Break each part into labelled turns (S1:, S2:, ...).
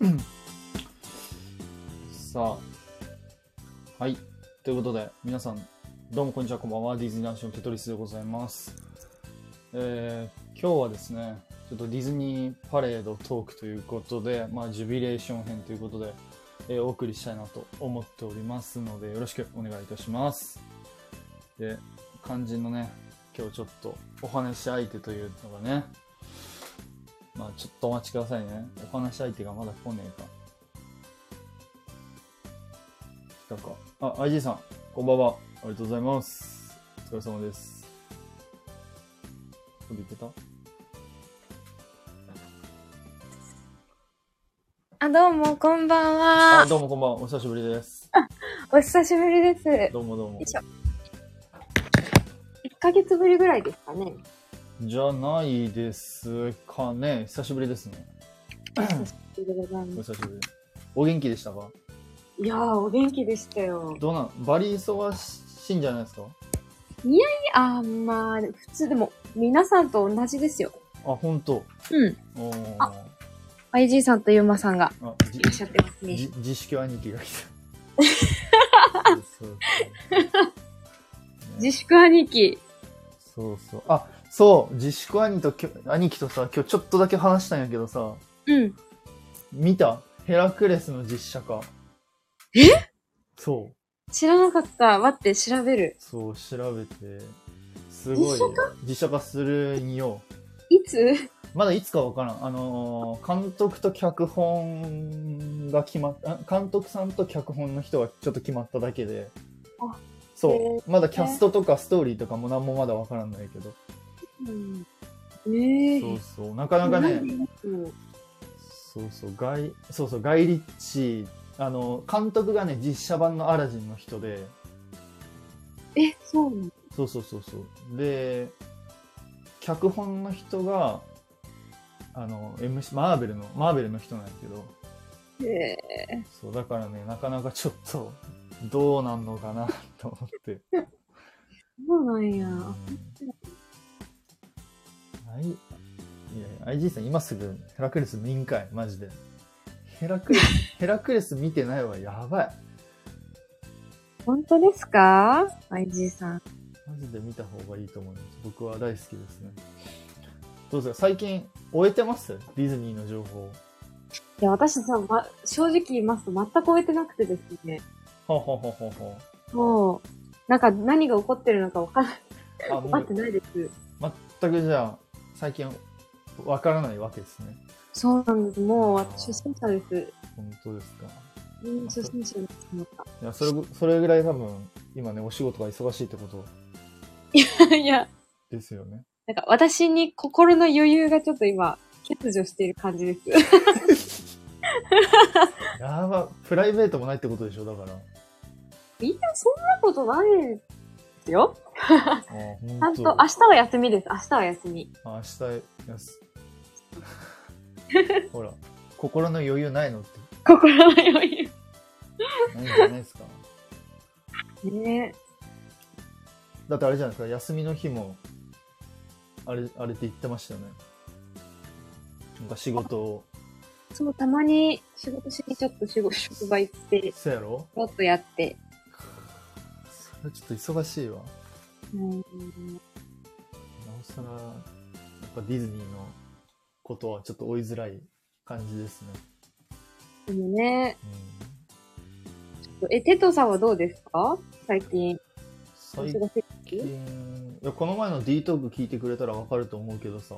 S1: うんさあはいということで皆さんどうもこんにちはこんばんはディズニーランションテトリスでございますえー今日はですねちょっとディズニーパレードトークということでまあジュビレーション編ということで、えーお送りしたいなと思っておりますのでよろしくお願いいたしますで肝心のね今日ちょっとお話し相手というのがねまあちょっとお待ちくださいね。お話し相手がまだ来ねえか。来たか。あ、IG さん、こんばんは。ありがとうございます。お疲れ様です。飛び出た
S2: あ、どうも、こんばん
S1: あ
S2: は。
S1: どうもこんばんは。お久しぶりです。
S2: お久しぶりです。1
S1: どうもどうも
S2: い。しょヶ月ぶりぐらいですかね。
S1: じゃないですかね。久しぶりですね。
S2: お久しぶりでござい
S1: お
S2: ます
S1: 久しぶり。お元気でしたか
S2: いやー、お元気でしたよ。
S1: どうなんバリ忙しいんじゃないですか
S2: あー、まあ、普通でも、皆さんと同じですよ。
S1: あ、ほんと。
S2: うん。
S1: おー
S2: あ IG さんとゆうまさんが
S1: あ、じ
S2: いらっしゃってますね。
S1: じ自粛兄貴が来 たそうそうそう、
S2: 自粛兄貴。
S1: そうそうあそう自粛兄ときょ兄貴とさ今日ちょっとだけ話したんやけどさ
S2: うん。
S1: 見たヘラクレスの実写化
S2: え
S1: そう
S2: 知らなかった。待って、調べる。
S1: そう調べてすごい
S2: 実写
S1: 実写化するによ
S2: いつ
S1: まだいつかわからん。あのー監督と脚本が決まった、監督さんと脚本の人がちょっと決まっただけで
S2: あ。
S1: そう。まだキャストとかストーリーとかも何もまだわからないけど。
S2: うん。ええ
S1: そう
S2: ー。
S1: そう。なかなかね、
S2: うん
S1: そうそう、ガイ、そうそう、ガイリッチー、あの、監督がね、実写版のアラジンの人で、
S2: え、そうなの
S1: そうそうそうそう。で、脚本の人が、あの、MC、マーベルの、マーベルの人なんやけど、
S2: え
S1: そう、だからね、なかなかちょっと、どうなんのかなと思って。
S2: ー、そうなんや。
S1: はい。いやいや、IG さん、今すぐヘラクレス見んかい、マジで。ヘラクレス、ヘラクレス見てないわ、やばい。
S2: 本当ですか ?IG さん。
S1: マジで見た方がいいと思います。僕は大好きですね。どうですか最近、終えてますディズニーの情報。
S2: いや、私さ、ま、正直言いますと全く終えてなくてですね。
S1: ほうほうほうほうほ
S2: もう、なんか何が起こってるのか分からな
S1: う。あ、も
S2: い。分かってないです。
S1: う、全くじゃあ、最近、わからないわけですね。
S2: そうなんです。もう、私初心者です。
S1: 本当ですか。
S2: うん、初心者です。思った
S1: いや、それぐ、それぐらい多分、今ね、お仕事が忙しいってこと
S2: いや、
S1: ですよね。
S2: なんか私に心の余裕がちょっと今、欠如している感じです。
S1: やば、プライベートもないってことでしょ、だから。
S2: いや、そんなことないですよ。
S1: あー、ほん
S2: ちゃんと、
S1: と
S2: 明日は休みです。明日は休み。
S1: あ明日休、 ほら、心の余裕ないのって、
S2: 心の余
S1: ないんじゃないですか。
S2: 裕。ね
S1: だってあれじゃないですか、休みの日も、あれ、あれって言ってましたよね。なんか仕事を、
S2: そう、たまに仕事しにちょっと仕事、職場行って、ち
S1: そうやろ
S2: ょっとやって、
S1: それちょっと忙しいわ。
S2: うん
S1: なおさら、やっぱディズニーのことはちょっと追いづらい感じですね。
S2: でもね、
S1: うん
S2: え、テトさんはどうですか最近。お
S1: 最
S2: 忙しい
S1: 近いやこの前の D トーク聞いてくれたらわかると思うけどさ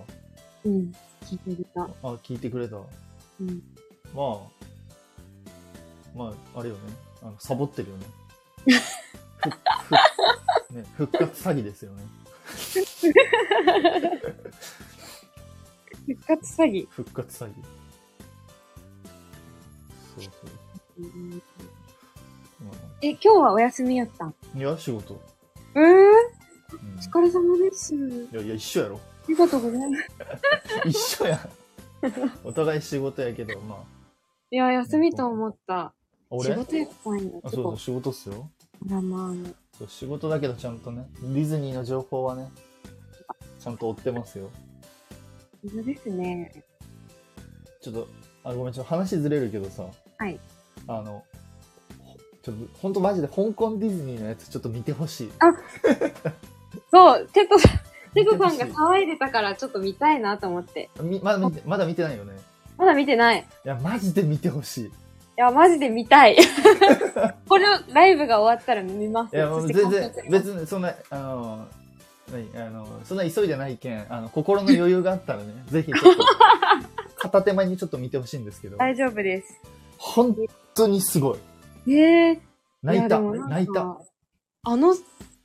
S2: うん。聞いてみた。
S1: あ聞いてくれたま
S2: うん。
S1: あまああれよねあのサボってる よねふふね復活詐欺ですよね
S2: 復活詐欺。
S1: 復活詐欺そうそう、
S2: え、今日はお休みやったん
S1: うん、いや仕事、
S2: うーん。
S1: うん、
S2: お疲れ様です。
S1: いやいや一緒やろ
S2: ありがとうございます。
S1: 一緒やお互い仕事やけどまあ
S2: いや、休みと思った。
S1: 俺
S2: 仕
S1: あ
S2: 事やったんや。
S1: そうそう仕事っすよ
S2: あらまあ、
S1: そう仕事だけどちゃんとねディズニーの情報はねちゃんと追ってますよ
S2: そうですね。
S1: ちょっとあごめんちょっと話ずれるけどさ
S2: はい
S1: あのほちょっと本当マジで香港ディズニーのやつちょっと見てほしい
S2: そう、テトさん、テトさん
S1: 見て
S2: が
S1: ほしい
S2: 騒いでたからちょっと見たいなと思って。
S1: みまままだ見てないよね
S2: まだ見てない。い
S1: いやマジで見てほしい
S2: や、マジで見 たい。これをライブが終わったら見ます。
S1: い やも
S2: そうして
S1: 全然
S2: 感想
S1: 別にそんなあの何あのそんな急いでないけんあの心の余裕があったらね ぜひちょっと片手間にちょっと見てほしいんですけ ど
S2: 大丈夫です。
S1: 本当にすごい
S2: ええ
S1: 泣いた
S2: やでもなんか
S1: 泣いた。
S2: あの、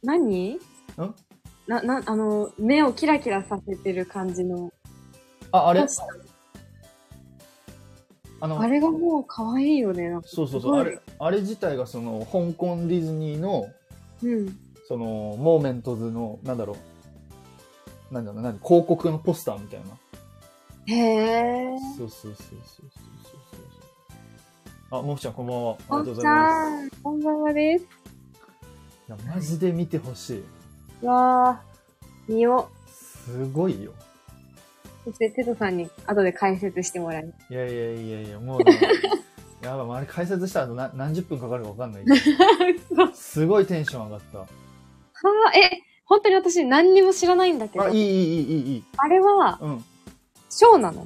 S2: 何
S1: ん
S2: な、な、あの、目をキラキラさせてる感じの。
S1: ああ
S2: あ
S1: れあの
S2: あれがもう可愛いよね。なんか
S1: そうそう
S2: す
S1: そう
S2: ごい
S1: あれあれ自体がその香港ディズニーの
S2: うん。
S1: そのモーメントズのなんだろうなんだろう何広告のポスターみたいな
S2: へえ。
S1: そうそうそうそうそうそうそうあもふちゃんこんばんはありがとうございます
S2: さん、こんばんはです。
S1: いやマジで見てほしい
S2: わー、見よ
S1: すごいよ
S2: う。そして、テトさんに後で解説しても らいます。
S1: いやいやいやいやもうね やばいもうあれ解説したらな何十分かかるか分かんないけど
S2: は
S1: すごいテンション上がっ
S2: ー、え、本当に私何にも知らないんだけど、
S1: たあ
S2: あ
S1: いいいいいいいいい
S2: れは、
S1: うん
S2: ショーなの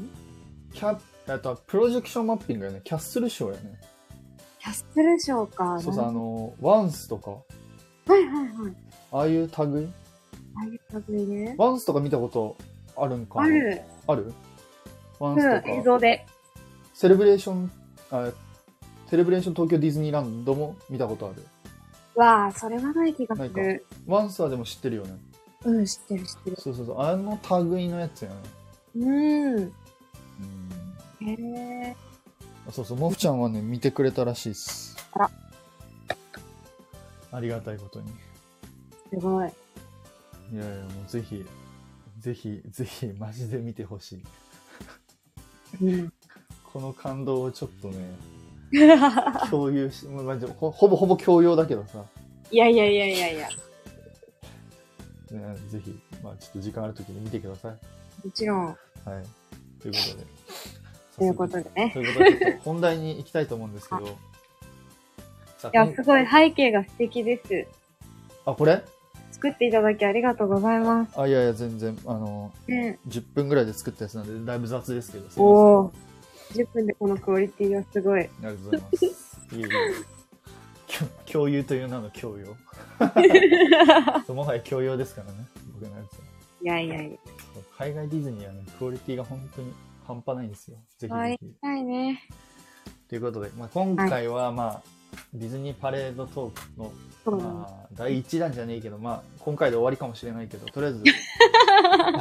S1: キャえっとプロジェクションマッピングやねキャッスルショーやね
S2: キャッスルショーか。
S1: そう
S2: な
S1: さあ
S2: ん
S1: のワンスとか
S2: はいはいはい。
S1: ああいう類
S2: ああいう類ね。
S1: ワンスとか見たことあるんかな
S2: ある。
S1: あるワ
S2: う
S1: ンス
S2: ん、
S1: とか、
S2: 映像で。
S1: セレブレーションあセレブレーション東京ディズニーランドも見たことある
S2: わあ、それはない気が
S1: ない
S2: す
S1: か
S2: る。
S1: ワンスはでも知ってるよね
S2: うん、知ってる知ってる。
S1: そうそうそうあの類のやつやね
S2: うん。
S1: うん
S2: へえ。
S1: そうそう、もふちゃんはね、見てくれたらしいっす。
S2: あら。
S1: ありがたいことに。
S2: すごい。
S1: いやいや、もうぜひ、ぜひ、ぜひ、マジで見てほしい。
S2: うん。
S1: この感動をちょっとね、共有し、まあまあ、でもほほぼほぼ共用だけどさ、
S2: いやいやいやいやいや。
S1: ね、ぜひ、まあちょっと時間あるときに見てください。
S2: もちろん。
S1: はい。ということで。
S2: ということでね。
S1: ということで、ちょっと本題に行きたいと思うんですけど。さ
S2: いや、すごい。背景が素敵です。
S1: あ、これ
S2: 作っていただきありがとうございま
S1: あ、いやいや、全然、あの、
S2: す。ね、
S1: 10分ぐらいで作ったやつなんで、だいぶ雑ですけど、すいません
S2: おお。10分でこのクオリティはすごい。
S1: ありがとうございます。いえいえきょ共有という名の共 用。そうもはや共用ですからね、僕のやつは。
S2: いやいやいや。
S1: そう海外ディズニーはね、クオリティが本当に半端ないんですよ。ぜひぜひ。
S2: はいはいね。
S1: ということで、まあ、今回は、まあディズニーパレードトークの、
S2: そうだね。
S1: まあ、第1弾じゃねえけど、まあ、今回で終わりかもしれないけど、とりあえ ず、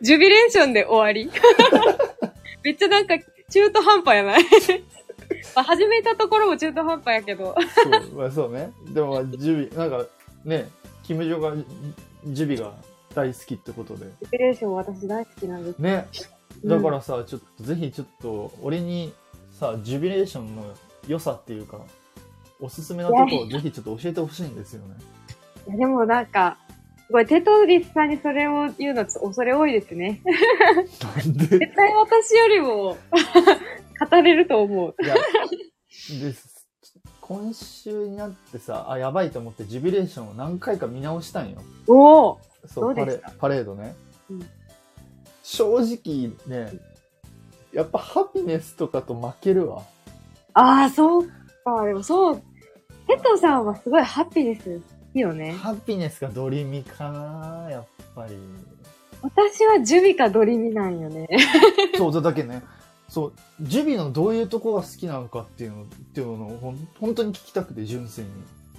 S2: ジュビレーションで終わ り。めっちゃなんか中途半端やない まあ始めたところも中途半端やけど。
S1: そうまあ、そうね。でも、まあジュビ、なんかね、キム・ジョが、ジュビが大好きってことで。
S2: ジュビレーション私大好きなんです。
S1: ね、
S2: うん
S1: だからさ、ちょっとぜひちょっと俺にさジュビレーションの良さっていうかおすすめのとこをぜひちょっと教えてほしいんですよね
S2: いやでもなんか、すごいテトリスさんにそれを言うのはちょっと恐れ多いですね。
S1: なんで
S2: 絶対私より も語れると思う。
S1: いやです今週になってさあやばいと思ってジュビレーションを何回か見直したんよ
S2: おお
S1: そう
S2: ど
S1: パ
S2: う
S1: レ
S2: でした
S1: パレードね、
S2: うん
S1: 正直ねやっぱハピネスとかと負けるわ
S2: ああ、そうか。でもそう。テトさんはすごいハピネスいいよね。
S1: ハピネスがドリミかなやっぱり
S2: 私はジュビかドリミなんよね。
S1: そうだだけね そうジュビのどういうとこが好きなのかっていうのっていうのをほん本当に聞きたくて純粋に、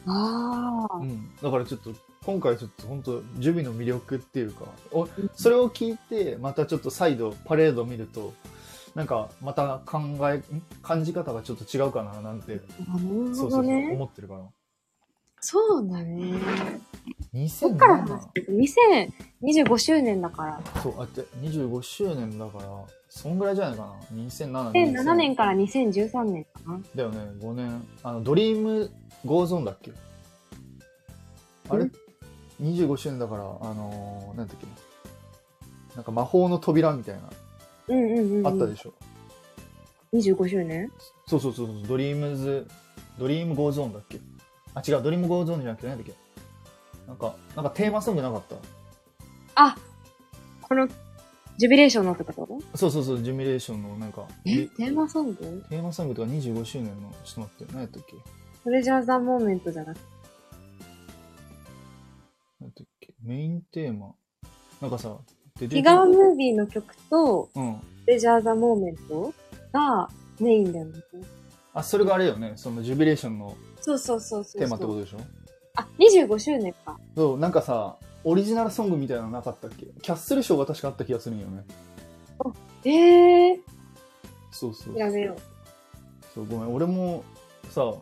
S2: ああ
S1: う。ん、だからちょっと今回ちょっと本当ジュビの魅力っていうかおそれを聞いてまたちょっと再度パレードを見るとなんかまた考えん感じ方がちょっと違うかななんて
S2: なる
S1: そ
S2: ほ
S1: うそ
S2: ど
S1: うそう
S2: ね。
S1: 思ってるから
S2: そうだね。そっから話
S1: 2007
S2: していく2025周年だから。
S1: そうあって25周年だからそんぐらいじゃないかな2007
S2: 2007年から2013年かな。
S1: だよね5年あのドリームゴーゾーンだっけあれ
S2: ん
S1: ?25 周年だからあのー、なんだっけなんか魔法の扉みたいな
S2: うんうんうんうん。
S1: あったでしょ、
S2: 25周年
S1: そうそうそうそう、ドリームズ、ドリームゴーゾーンだっけあ、違う、ドリームゴーゾーンじゃなくて何だっけなんか、なんかテーマソングなかった
S2: あ、この、ジュビレーションのってこと
S1: そうそうそう、ジュミレーションのなんか、
S2: え、
S1: リ
S2: テーマソング
S1: テーマソングとか25周年の、ちょっと待って、何やったっけ
S2: トレジャーザモーメントじゃなくて。
S1: 何やったっけメインテーマ。なんかさ、で
S2: ヒガームービーの曲と、
S1: うん。
S2: トレジャーザモーメントがメインだよね。
S1: あ、それがあれよね、そのジュビレーションの
S2: そうそうそうそうそう。
S1: テーマってことでしょ
S2: あ、25周年か。
S1: そう、なんかさ、オリジナルソングみたいなのなかったっけキャッスルショーが確かあった気がするんよね。
S2: ええ
S1: そうそう
S2: ー、。やめよう。
S1: そうごめん、俺もさ、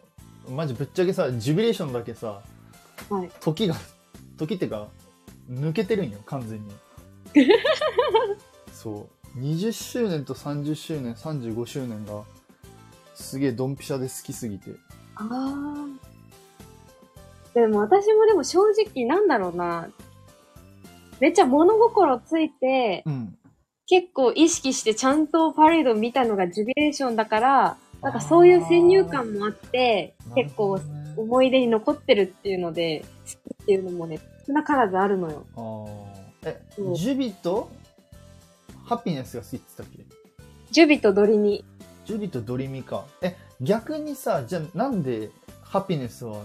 S1: マジぶっちゃけさ、ジュビレーションだけさ、
S2: はい
S1: 時が、時ってか、抜けてるんよ、完 全に。そう。20周年と30周年、35周年が、すげえドンピシャで好きすぎて。
S2: ああ。でも私もでも正直なんだろうな。めっちゃ物心ついて、
S1: うん。
S2: 結構意識してちゃんとパレード見たのがジュビレーションだから、なんかそういう先入観もあって、結構
S1: なるほどね
S2: 思い出に残ってるっていうので、好きっていうのもね、少なからずあるのよ。
S1: あーえ
S2: そ、う
S1: ジュビと、ハピネスが好きって言ってたっけ
S2: ジュビとドリに。
S1: ジュビとドリミか。え、逆にさ、じゃあなんでハピネスは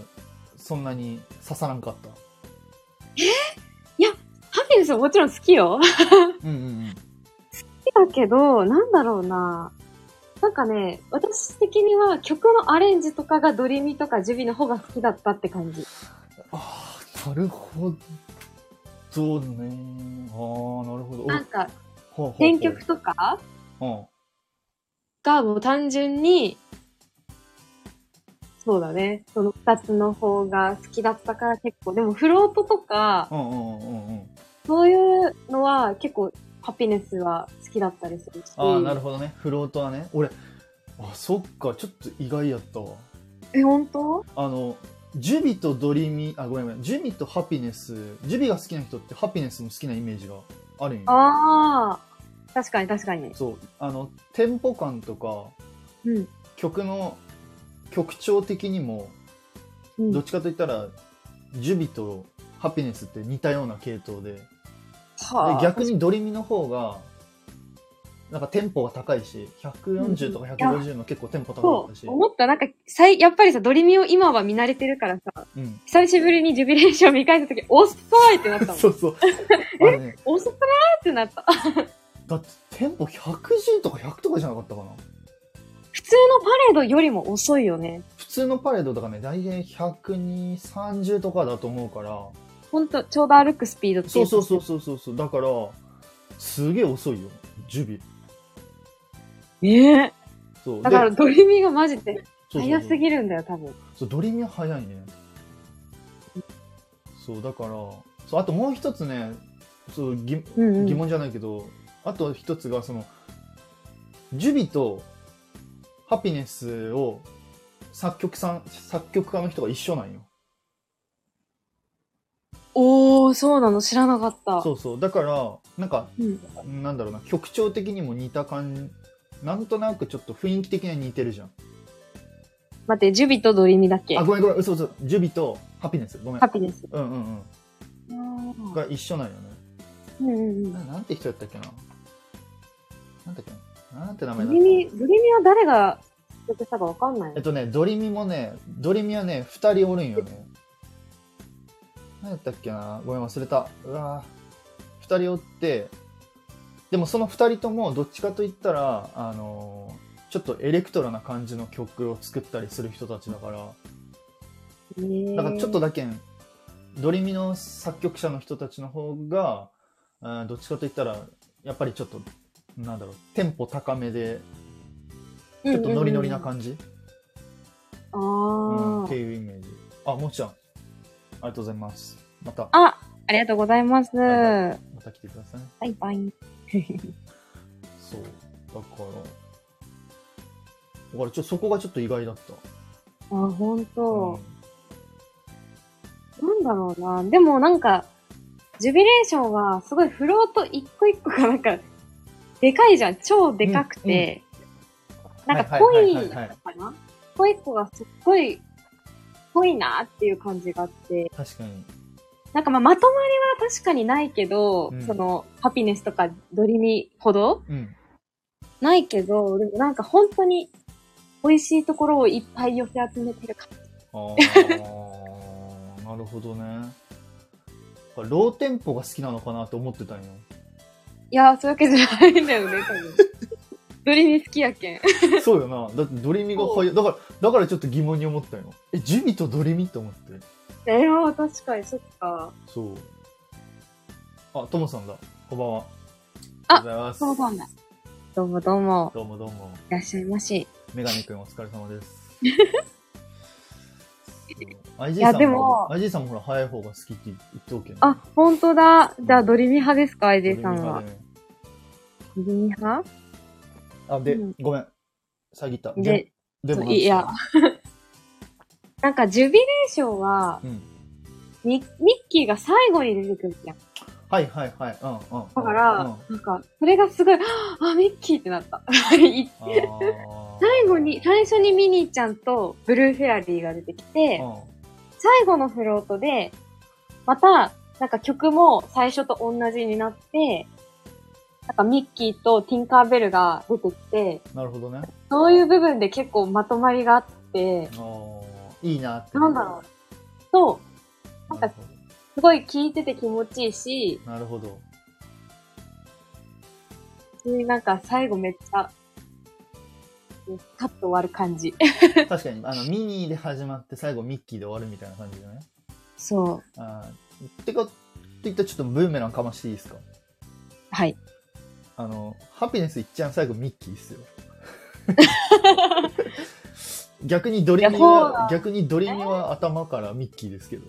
S1: そんなに刺さらんかった
S2: ハピネスはもちろん好きよ。好
S1: うんうんうん。
S2: きだけど、なんだろうな。なんかね、私的には曲のアレンジとかがドリミとかジュビの方が好きだったって感じ。
S1: ああ、なるほどね。ああ、なるほど。お
S2: なんか、
S1: ほうほうほう
S2: 選曲とか
S1: うん。
S2: がもう単純に、そうだね。その二つの方が好きだったから結構、でもフロートとか、
S1: うんうんうんうんうん。
S2: そういうのは結構ハピネスは好きだったりするし。
S1: ああ、なるほどね。フロートはね。俺、あ、そっか。ちょっと意外やったわ。
S2: え、本当
S1: あの、ジュビとドリミ、あ、ごめんごめん。ジュビとハピネス、ジュビが好きな人ってハピネスも好きなイメージがあるんよ。
S2: ああ、確かに確かに。
S1: そう。あの、テンポ感とか、
S2: うん。
S1: 曲の曲調的にも
S2: うん
S1: どっちかといったら、ジュビとハピネスって似たような系統でで
S2: はあ、
S1: 逆にドリミの方がなんかテンポが高いし140とか150の結構テンポ高
S2: そ
S1: かったし
S2: う、、思った。なんか、さいやっぱりさ、ドリミを今は見慣れてるからさ、
S1: うん、
S2: 久しぶりにジュビレーション見返した時、おっそーいってなったも ん。
S1: そうそうあれね
S2: おっそーいってなった。
S1: だってテンポ110とか100とかじゃなかったかな
S2: 普通のパレードよりも遅いよね。
S1: 普通のパレードとかね大体12030とかだと思うから
S2: ほんと、ちょうど歩くスピードってい
S1: そう
S2: か
S1: うそうそうそうそうそうだからすげえ遅いよジュビ
S2: ええ
S1: そう
S2: だから
S1: で
S2: ドリミがマジ
S1: そう
S2: で
S1: そうそう
S2: 早すぎるんだよ、多分。
S1: そうドリミは早いねそうだからそうあともう一つねそう疑
S2: うんうん。
S1: 疑問じゃないけど、あと一つがそのジュビとハピネスを作曲さん作曲家の人が一緒なんよ
S2: おー、そうなの知らなかった。
S1: そうそうだからなんか
S2: うん。
S1: なんだろうな曲調的にも似た感じなんとなくちょっと雰囲気的には似てるじゃん
S2: 待って、ジュビとドリミだっけ
S1: あごめんごめん嘘嘘ジュビとハピネスごめん
S2: ハピネス。
S1: うんうんうんが一緒なんよね
S2: うんうんうん。
S1: ななんて人やったっけななんだっけななんて名
S2: ド
S1: 前だっ
S2: リ
S1: け
S2: ミ、ドリミは誰が作曲したかわかんない
S1: えっ。とね、ドリミもね、ドリミはね、二人おるんよね。何やったっけなごめん、忘れた。うわぁ。二人おって、でもその二人とも、どっちかと言ったら、あのーちょっとエレクトロな感じの曲を作ったりする人たちだから、だからちょっと
S2: だ
S1: だけん、ドリミの作曲者の人たちの方が、うんどっちかといったら、やっぱりちょっと、なんだろう、テンポ高めで、
S2: け
S1: ちょっとノリノリな感じ、
S2: あ
S1: うん、って
S2: ー。
S1: いうイメージ。あ、もっちゃん、ありがとうございます。また、
S2: あ、ありがとうございます。
S1: はい
S2: バ
S1: また来てください。
S2: イバイ。
S1: そう、だから、だからちょそこがちょっと意外だった。
S2: あ、ほん
S1: う
S2: と
S1: ん。
S2: なんだろうな。でもなんか、ジュビレーションはすごいフロート一個一個がなんか、でかいじゃん。超でかくて。なんか濃い
S1: はいはいはい
S2: の
S1: はいはい
S2: かな濃い子がすっごい濃いなっていう感じがあって、
S1: 確かに。
S2: なんかまあまとまりは確かにないけど、
S1: うん
S2: そのハピネスとかドリミほど
S1: うん。
S2: ないけど、でもなんか本当に美味しいところをいっぱい寄せ集めてる感
S1: あ ー、なるほどね。ローテンポが好きなのかなって思ってたんよ。
S2: いやー、そういうわけじゃないんだよね、多分。ドリミ好きやけん。
S1: そうよな。だってドリミが早い。だから、だからちょっと疑問に思ったよ。え、ジュニとドリミって思って。
S2: えー、確かに、そっか。
S1: そう。あ、ともさんだ。こんばんは。
S2: あ
S1: りがとうございます。
S2: そうなんだ。どうもどうも、
S1: どうもどうも。
S2: いらっしゃいまし。
S1: 女神くんお疲れ様 です。そう IG
S2: いや
S1: さん
S2: で
S1: も
S2: も、
S1: IG さんもほら、早い方が好きって言っておけね。
S2: あ、、ほんとだ。じゃあ、ドリミ派ですか、IJ さんは。
S1: ね。
S2: ドリミ派
S1: あ、で、
S2: うん
S1: ごめん。詐欺った。
S2: で、
S1: で、でも、
S2: いや。なんか、ジュビレーションは、
S1: うん。
S2: ミミッキーが最後に出てくるじゃん。
S1: はいはいはい。うんうん。
S2: だから、
S1: うん、あ
S2: なんか、それがすごい、あ、ミッキーってなった。 最
S1: ー
S2: 後に、最初にミニーちゃんとブルーフェアリーが出てきて、
S1: う
S2: 最後のフロートで、また、なんか曲も最初と同じになって、なんかミッキーとティンカーベルが出てきて、
S1: ん。なるほどね。
S2: そういう部分で結構まとまりがあって、
S1: あーいいなって。
S2: なんだろう。と、
S1: な
S2: なん
S1: る
S2: か
S1: ほど
S2: すごい聴いてて気持ちいいし、
S1: なるほど。
S2: 普通になんか最後めっちゃ、カッと終わる感じ。
S1: 確かに、あの、ミニーで始まって、最後ミッキーで終わるみたいな感じだね。
S2: そう。
S1: あーてか、って言ったらちょっとブーメランかましていいですか
S2: はい。
S1: あの、ハピネスいっちゃん最後ミッキーっ すよ。逆にドリミ
S2: いやそうな
S1: は、逆にドリミは頭からミッキーですけど。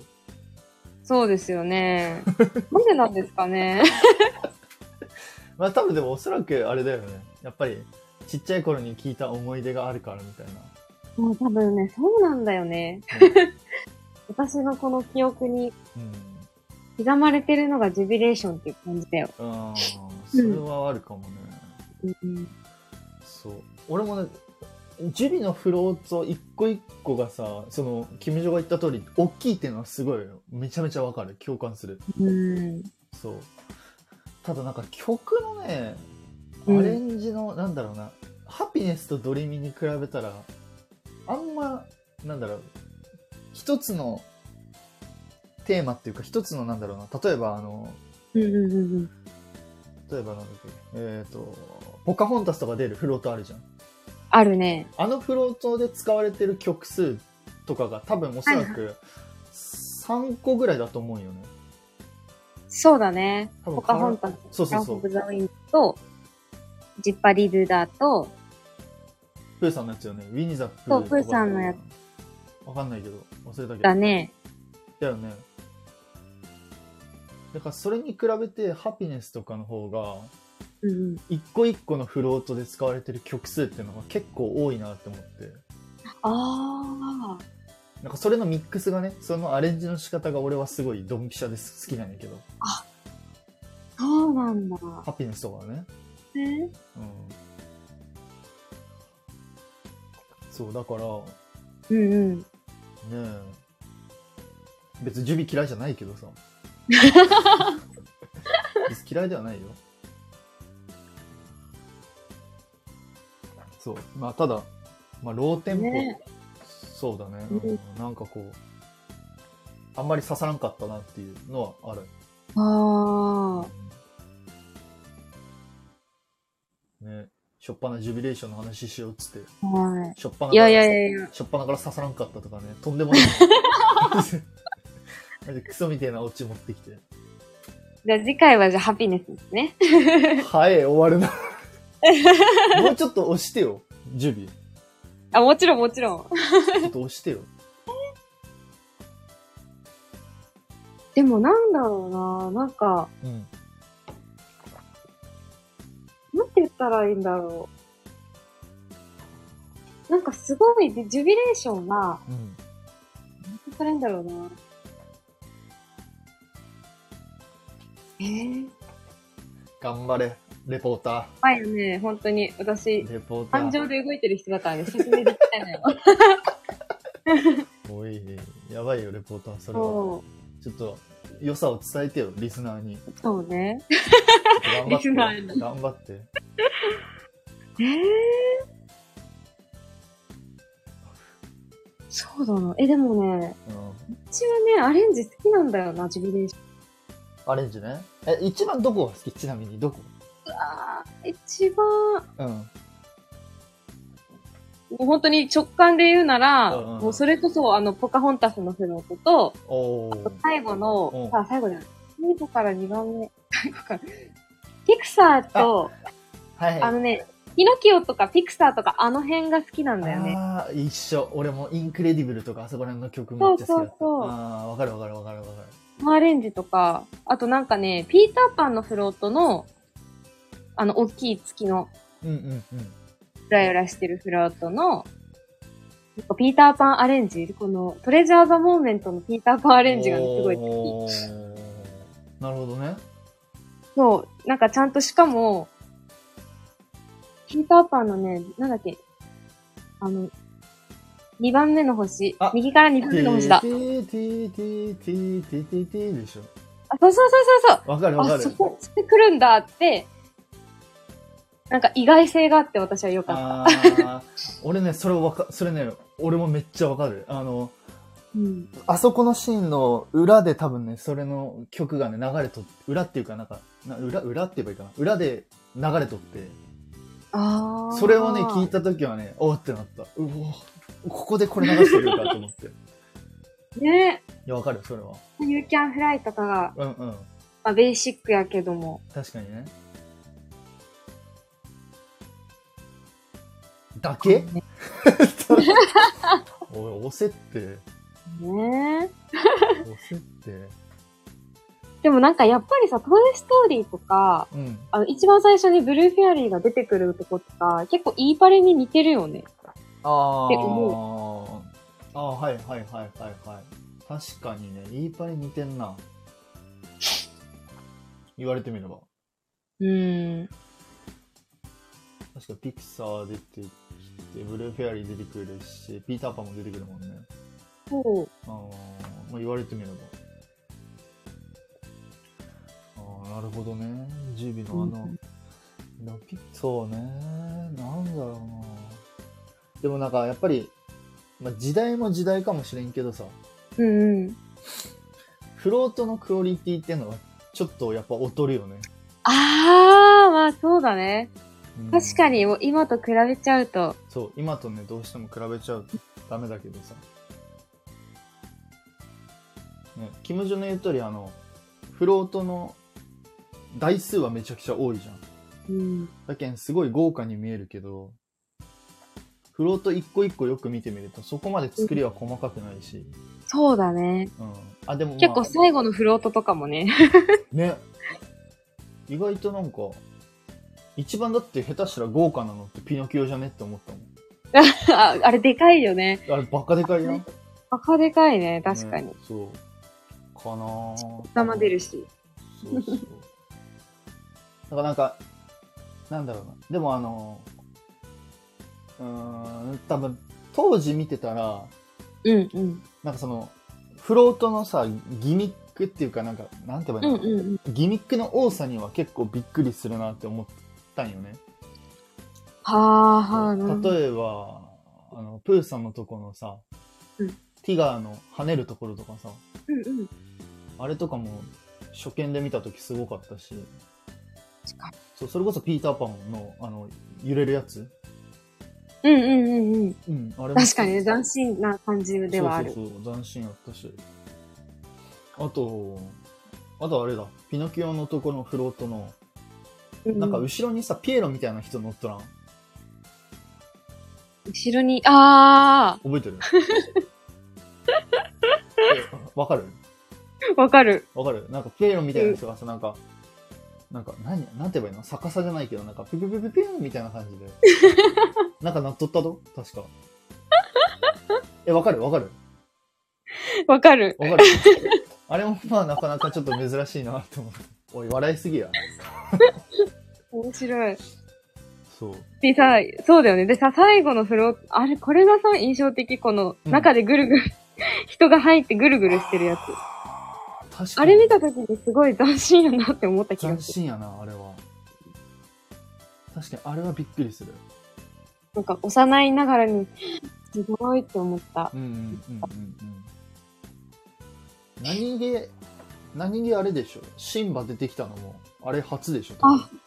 S2: そうですよ ね。なんでなんですかね。
S1: まあ多分でもおそらくあれだよね。やっぱり、ちっちゃい頃に聞いた思い出があるからみたいな。
S2: もう多分ね、そうなんだよね。私のこの記憶に
S1: うん。
S2: 刻まれてるのがジュビレーションっていう感じだよ。
S1: うん、あーそれはあるかもね。
S2: うん、
S1: そう。俺もね、ジュビのフローツを一個一個がさ、その、キムジョが言った通り、大きいっていうのはすごいよめちゃめちゃわかる。共感する。
S2: うん、
S1: そう。ただなんか曲のね、ア
S2: うん
S1: レンジの、なんだろうな、ハピネスとドリミに比べたら、あんま、なんだろう、一つのテーマっていうか、一つのなんだろうな、例えばあの、
S2: うん、うん、
S1: 例えばなんだっけ、えっ、と、ポカホンタスとか出るフロートあるじゃん。
S2: あるね。
S1: あのフロートで使われてる曲数とかが多分おそらく3個ぐらいだと思うよね。
S2: そうだね。
S1: 多分
S2: ポカホンタス、
S1: そうそう
S2: ラン
S1: そ
S2: オ
S1: う
S2: ブ。ザウィンと、ジッパリルダーと、
S1: プーさんのやつよね。ウィニザ・プー
S2: そうプーさんのやつ。
S1: わかんないけど、忘れたけど。
S2: だ。ね。
S1: だよね。だからそれに比べて、ハピネスとかの方が、
S2: うん、
S1: 一個一個のフロートで使われてる曲数っていうのが結構多いなって思って。
S2: ああ、
S1: なんかそれのミックスがね、そのアレンジの仕方が俺はすごいドンピシャです好きなんやけど。
S2: そうなんだ。
S1: ハピネスとかはね。
S2: ね
S1: うん。そう、だから、
S2: うんうん。
S1: ねえ別にジュビ嫌いじゃないけどさ別に嫌いではないよそうまあただ、まあ、ローテンポ、
S2: ね
S1: そうだね、
S2: うん
S1: うんなんかこうあんまり刺さらんかったなっていうのはある、
S2: ああ、
S1: ねしょっぱなジュビレーションの話しようっつって
S2: は。
S1: しょっぱない
S2: いやいやいやいや。
S1: しょっぱなから刺さらんかったとかね、とん でもない。マジクソみたいなオチ持ってきて。
S2: じゃあ次回はじゃあハピネスですね。
S1: はい、終わ るな。もうちょっと押してよ、ジュビ。
S2: あ、もちろんもちろん。
S1: ちょっと押してよ。
S2: でもなんだろうな。なんか、
S1: うん。
S2: なんて言ったらいいんだろう。なんかすごい、でジュビレーションが、
S1: うん。
S2: なんて言ったらいいんだろうな。えー、
S1: 頑張れ。レポータ
S2: やばいよね、本当に。私
S1: ー。、レポーター。
S2: 感情で動いてる人だからね、説明できないのよ。
S1: おい、やばいよ、レポーター。それは。
S2: そ
S1: ちょっと、良さを伝えてよ、リスナー に。ちょ
S2: う。そうね。
S1: っと頑張っ
S2: リスナー
S1: て。頑張って。
S2: えー、そうだな。え、でもね、
S1: うん。
S2: うちはね、アレンジ好きなんだよな、ジビレーション。
S1: アレンジね。え、一番どこが好きちなみに、どこ
S2: あー一番、
S1: うん。
S2: もう本当に直感で言うなら、
S1: うんうん
S2: もうそれこそ、あの、ポカホンタスのフロートと、
S1: おー。
S2: 最後
S1: うん
S2: の、さあ、最後じゃない。最後から2番目。最後から。ピクサーと、
S1: はい。
S2: あのね、ピノキオとかピクサーとかあの辺が好きなんだよね。
S1: ああ、一緒。俺もインクレディブルとか、あそこら辺の曲めっちゃ好きだった。
S2: そうそうそう
S1: ああ、わかるわかるわかるわかる。
S2: マーレンジとか、あとなんかね、ピーターパンのフロートの、あの、大きい月の、
S1: うんうんうん。
S2: ゆらゆらしてるフロートの、なんかピーターパンアレンジ、このトレジャー・ザ・モーメントのピーターパンア
S1: ア
S2: レンジがね、すごい好き。
S1: 好き。なるほどね。
S2: そう、なんかちゃんとしかも、ピーターパンのね、なんだっけ、あの、2番目の星
S1: あ。
S2: 右から2番目の星だ
S1: て。ーてーてーてーてーてーてーでしょ。
S2: あ、そうそうそうそうそう。
S1: わかるわか
S2: あ、
S1: る。
S2: そこ、してくるんだって、なんか意外性があって私は良かった。
S1: ああー、俺ね、それわか、それね、俺もめっちゃわかる。あの、
S2: うん。
S1: あそこのシーンの裏で多分ね、それの曲がね、流れとっ、裏っていうか、なんか、な裏、裏って言えばいいかな。裏で流れとって、
S2: ああ。
S1: それをね、聞いた時はね、おーってなった。うおここでこれ流してるかと思 って。い
S2: ね。
S1: や、わかる、それは。
S2: You Can Fly とかが、
S1: うんうん。
S2: まあ、ベーシックやけども。
S1: 確かにね。だけ
S2: ね
S1: おい、押せって。
S2: ね
S1: 押せって。
S2: でもなんかやっぱりさ、トイ・ストーリーとか、
S1: うん。
S2: あの、一番最初にブルーフェアリーが出てくるとことか、結構イーパレに似てるよね。
S1: あ
S2: で
S1: ー。あー、はいはいはいはいはい。確かにね、イーパレ似てんな。言われてみれば。
S2: うん。
S1: 確かピクサー出てきて、ブルーフェアリー出てくるし、ピーターパンも出てくるもんね。
S2: そう。
S1: あーまあ、言われてみれば。ああ、なるほどね。ジビのあの、ラピそうね。なんだろうな。でもなんかやっぱり、まあ、時代も時代かもしれんけどさ、
S2: うんうん。
S1: フロートのクオリティっていうのはちょっとやっぱ劣るよね。
S2: ああ、まあそうだね。
S1: うん
S2: 確かに、もう今と比べちゃうと、
S1: そう、今とね、どうしても比べちゃうとダメだけどさ。ね、キム・ジョンの言う通り、あの、フロートの台数はめちゃくちゃ多いじゃん。
S2: うん。
S1: だけん、すごい豪華に見えるけど、フロート一個一個よく見てみると、そこまで作りは細かくないし。
S2: そうだね。
S1: うん。あ、でも、まあ、
S2: 結構最後のフロートとかもね。
S1: ね。意外となんか、一番だって下手したら豪華なのってピノキオじゃねって思ったもん。
S2: ああれでかいよね。
S1: あれ、バカでかいな。
S2: バカでかいね、確かに。
S1: ねそうかなぁ
S2: 頭出るし。
S1: そうそうだからなんかなんだろうなでもあのうーん多分当時見てたら
S2: うんうん。
S1: なんかそのフロートのさギミックっていうかなんかなんて言えば
S2: う
S1: いい
S2: ん
S1: の、
S2: うんうん。
S1: ギミックの多さには結構びっくりするなって思ったんよね、
S2: はあはあ、なるほど。
S1: 例えばあのプーさんのとこのさ、
S2: うん
S1: ティガーの跳ねるところとかさ、
S2: うんうん。
S1: あれとかも初見で見た時すごかったし
S2: 確か
S1: そうそれこそピーターパンのあの揺れるやつ、
S2: うんうんうんうん。
S1: うん、あれも
S2: 確かにね、斬新な感じではある。
S1: そうそうそう斬新やったしあとあとあれだピノキオのところのフロートの
S2: うん
S1: なんか後ろにさピエロみたいな人乗っとらん
S2: 後ろに、あ
S1: 覚え てるえわかる
S2: あ、 わかる。
S1: わかるなんかピエロみたいな人がさ、なんかなんか何なんて言えばいいの逆さじゃないけどなんかピュピュピュピューンみたいな感 じでなんかなっとったと確かえわかるわかる
S2: わかる。
S1: わかる あれもまあなかなかちょっと珍しいなって思う。おい、笑いすぎや。
S2: 面白い。
S1: そう。
S2: でさ、そうだよね。でさ、最後のフロー、あれ、これがさ、印象的、この、
S1: うん
S2: 中でぐるぐ る、人が入ってぐるぐるしてるやつ。
S1: 確
S2: あれ見た時にすごい斬新やなって思った気が
S1: 斬
S2: する。
S1: 新やな、あれは。確かに、あれはびっくりする。
S2: なんか、幼いながらに、すごいって思った。
S1: うんうんうんうんうん。何気、何気あれでしょ。シンバ出てきたのも、あれ初でしょ。多分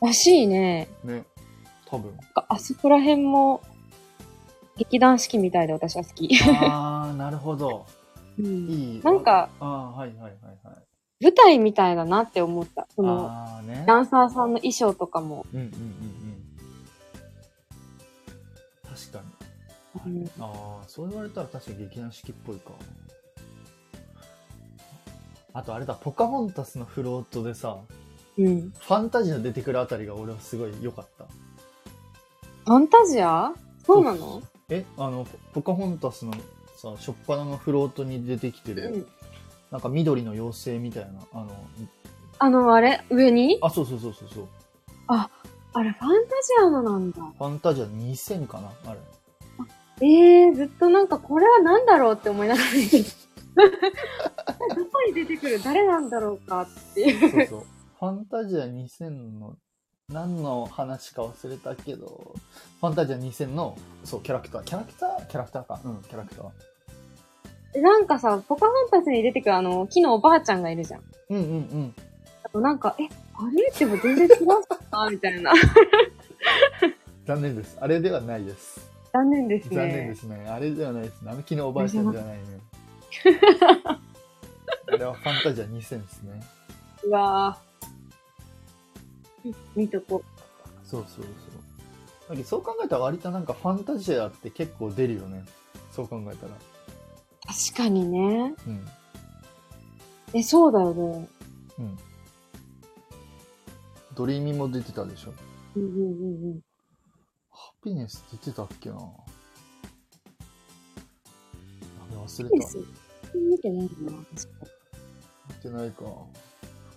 S2: らしいね。
S1: ね。多分。
S2: なんかあそこら辺も、劇団四季みたいで私は好き。
S1: あー、なるほど。
S2: うん
S1: いい。
S2: なんか、
S1: ああー、はいはいはいはい。
S2: 舞台みたいだなって思った。その、
S1: あーね。
S2: ダンサーさんの衣装とかも。
S1: うんうんうんうん。確かに。
S2: うん
S1: ああ、そう言われたら確かに劇団四季っぽいか。あとあれだ、ポカホンタスのフロートでさ、
S2: う
S1: フ
S2: ん。
S1: ァンタジア出てくるあたりが俺はすごい良かった。
S2: ファンタジアそうなの
S1: え、あの、ポカホンタスのさ、初っ端のフロートに出てきてる、
S2: うん。
S1: なんか緑の妖精みたいな、あの、
S2: あの、あれ上に
S1: あ、そうそうそうそうそう、
S2: あれ、ファンタジアのなんだ。
S1: ファンタジア2000かな、あれ。
S2: ええー、ずっとなんか、これは何だろうって思いながら見てた どこに出てくる誰なんだろうかっていう。
S1: そうそう。ファンタジア2000の、何の話か忘れたけど、ファンタジア2000の、そう、キャラクター。キャラクターキャラクターか。うん、キャラクター。
S2: でなんかさ、ポカホンタスに出てくるあの、木のおばあちゃんがいるじゃん。
S1: うんうんうん。
S2: あとなんか、え、あれっても全然違うな、み たいな。
S1: 残念です。あれではないです。
S2: 残念ですね。
S1: 残念ですね。あれではないです。並木のおばあちゃんではないね。 あれはファンタジア2000ですね。
S2: うわぁ。見とこ。
S1: そうそうそう。だけどそう考えたら割となんかファンタジアって結構出るよね。そう考えたら。
S2: 確かにね。
S1: うん。
S2: え、そうだよね。
S1: うん。ドリーミーも出てたでしょ。
S2: うんうんうんうん。
S1: ハピネス出てたっけなあれ忘れ
S2: いいで
S1: た。
S2: すよ。見てないな、確か
S1: 見てないか。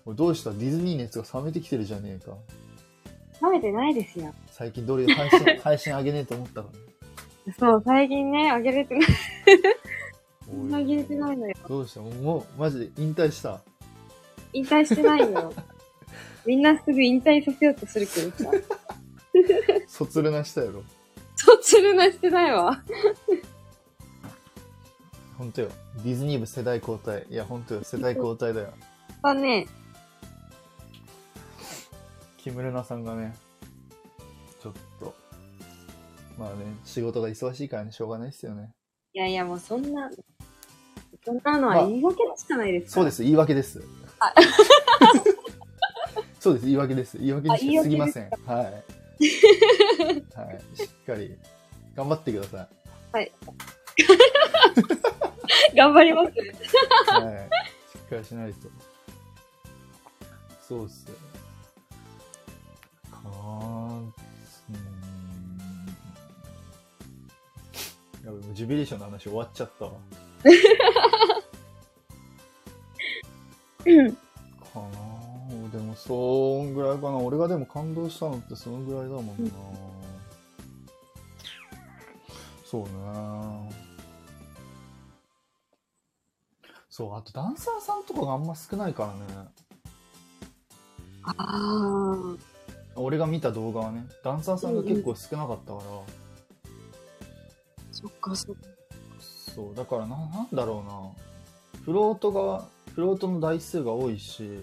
S1: 俺どうしたディズニー熱が冷めてきてるじゃねえか。
S2: 食べてないですよ。
S1: 最近どれ配信、 配信あげねえと思ったか
S2: そう、最近ね、あげれてない。
S1: ら。
S2: あげれてないのよ。
S1: どうしたもう、もうマジで引退した。
S2: 引退してない よ。みんなすぐ引退させようとするけどさ。
S1: 卒ルなしたやろ。
S2: そっちるなしてないわ。
S1: ほんとよ。ディズニー部世代交代。いや、ほんとよ。世代交代だよ。
S2: だね。
S1: 木村菜さんがね、ちょっと、まあね、仕事が忙しいからね、しょうがないですよね。
S2: いやいや、もうそんな、そんなのは言い訳しかないです
S1: そうで
S2: から。
S1: す、言い訳です。 そうです、言い訳です。言い訳にしかすぎません。はい。はい、しっかり頑張ってくださ
S2: す。頑張ります。
S1: い。はい、しっかりしないと。そうっすよ。かーん。やべ、もうジュビリーションの話終わっちゃったわ。
S2: うん
S1: かなぁでもそんぐらいかな俺がでも感動したのってそのぐらいだもんな、
S2: うん
S1: そうねそうあとダンサーさんとかがあんま少ないからね
S2: ああ。
S1: 俺が見た動画はねダンサーさんが結構少なかったから、
S2: そっかそっか。
S1: そうだからななんだろうなフロートがフロートの台数が多いし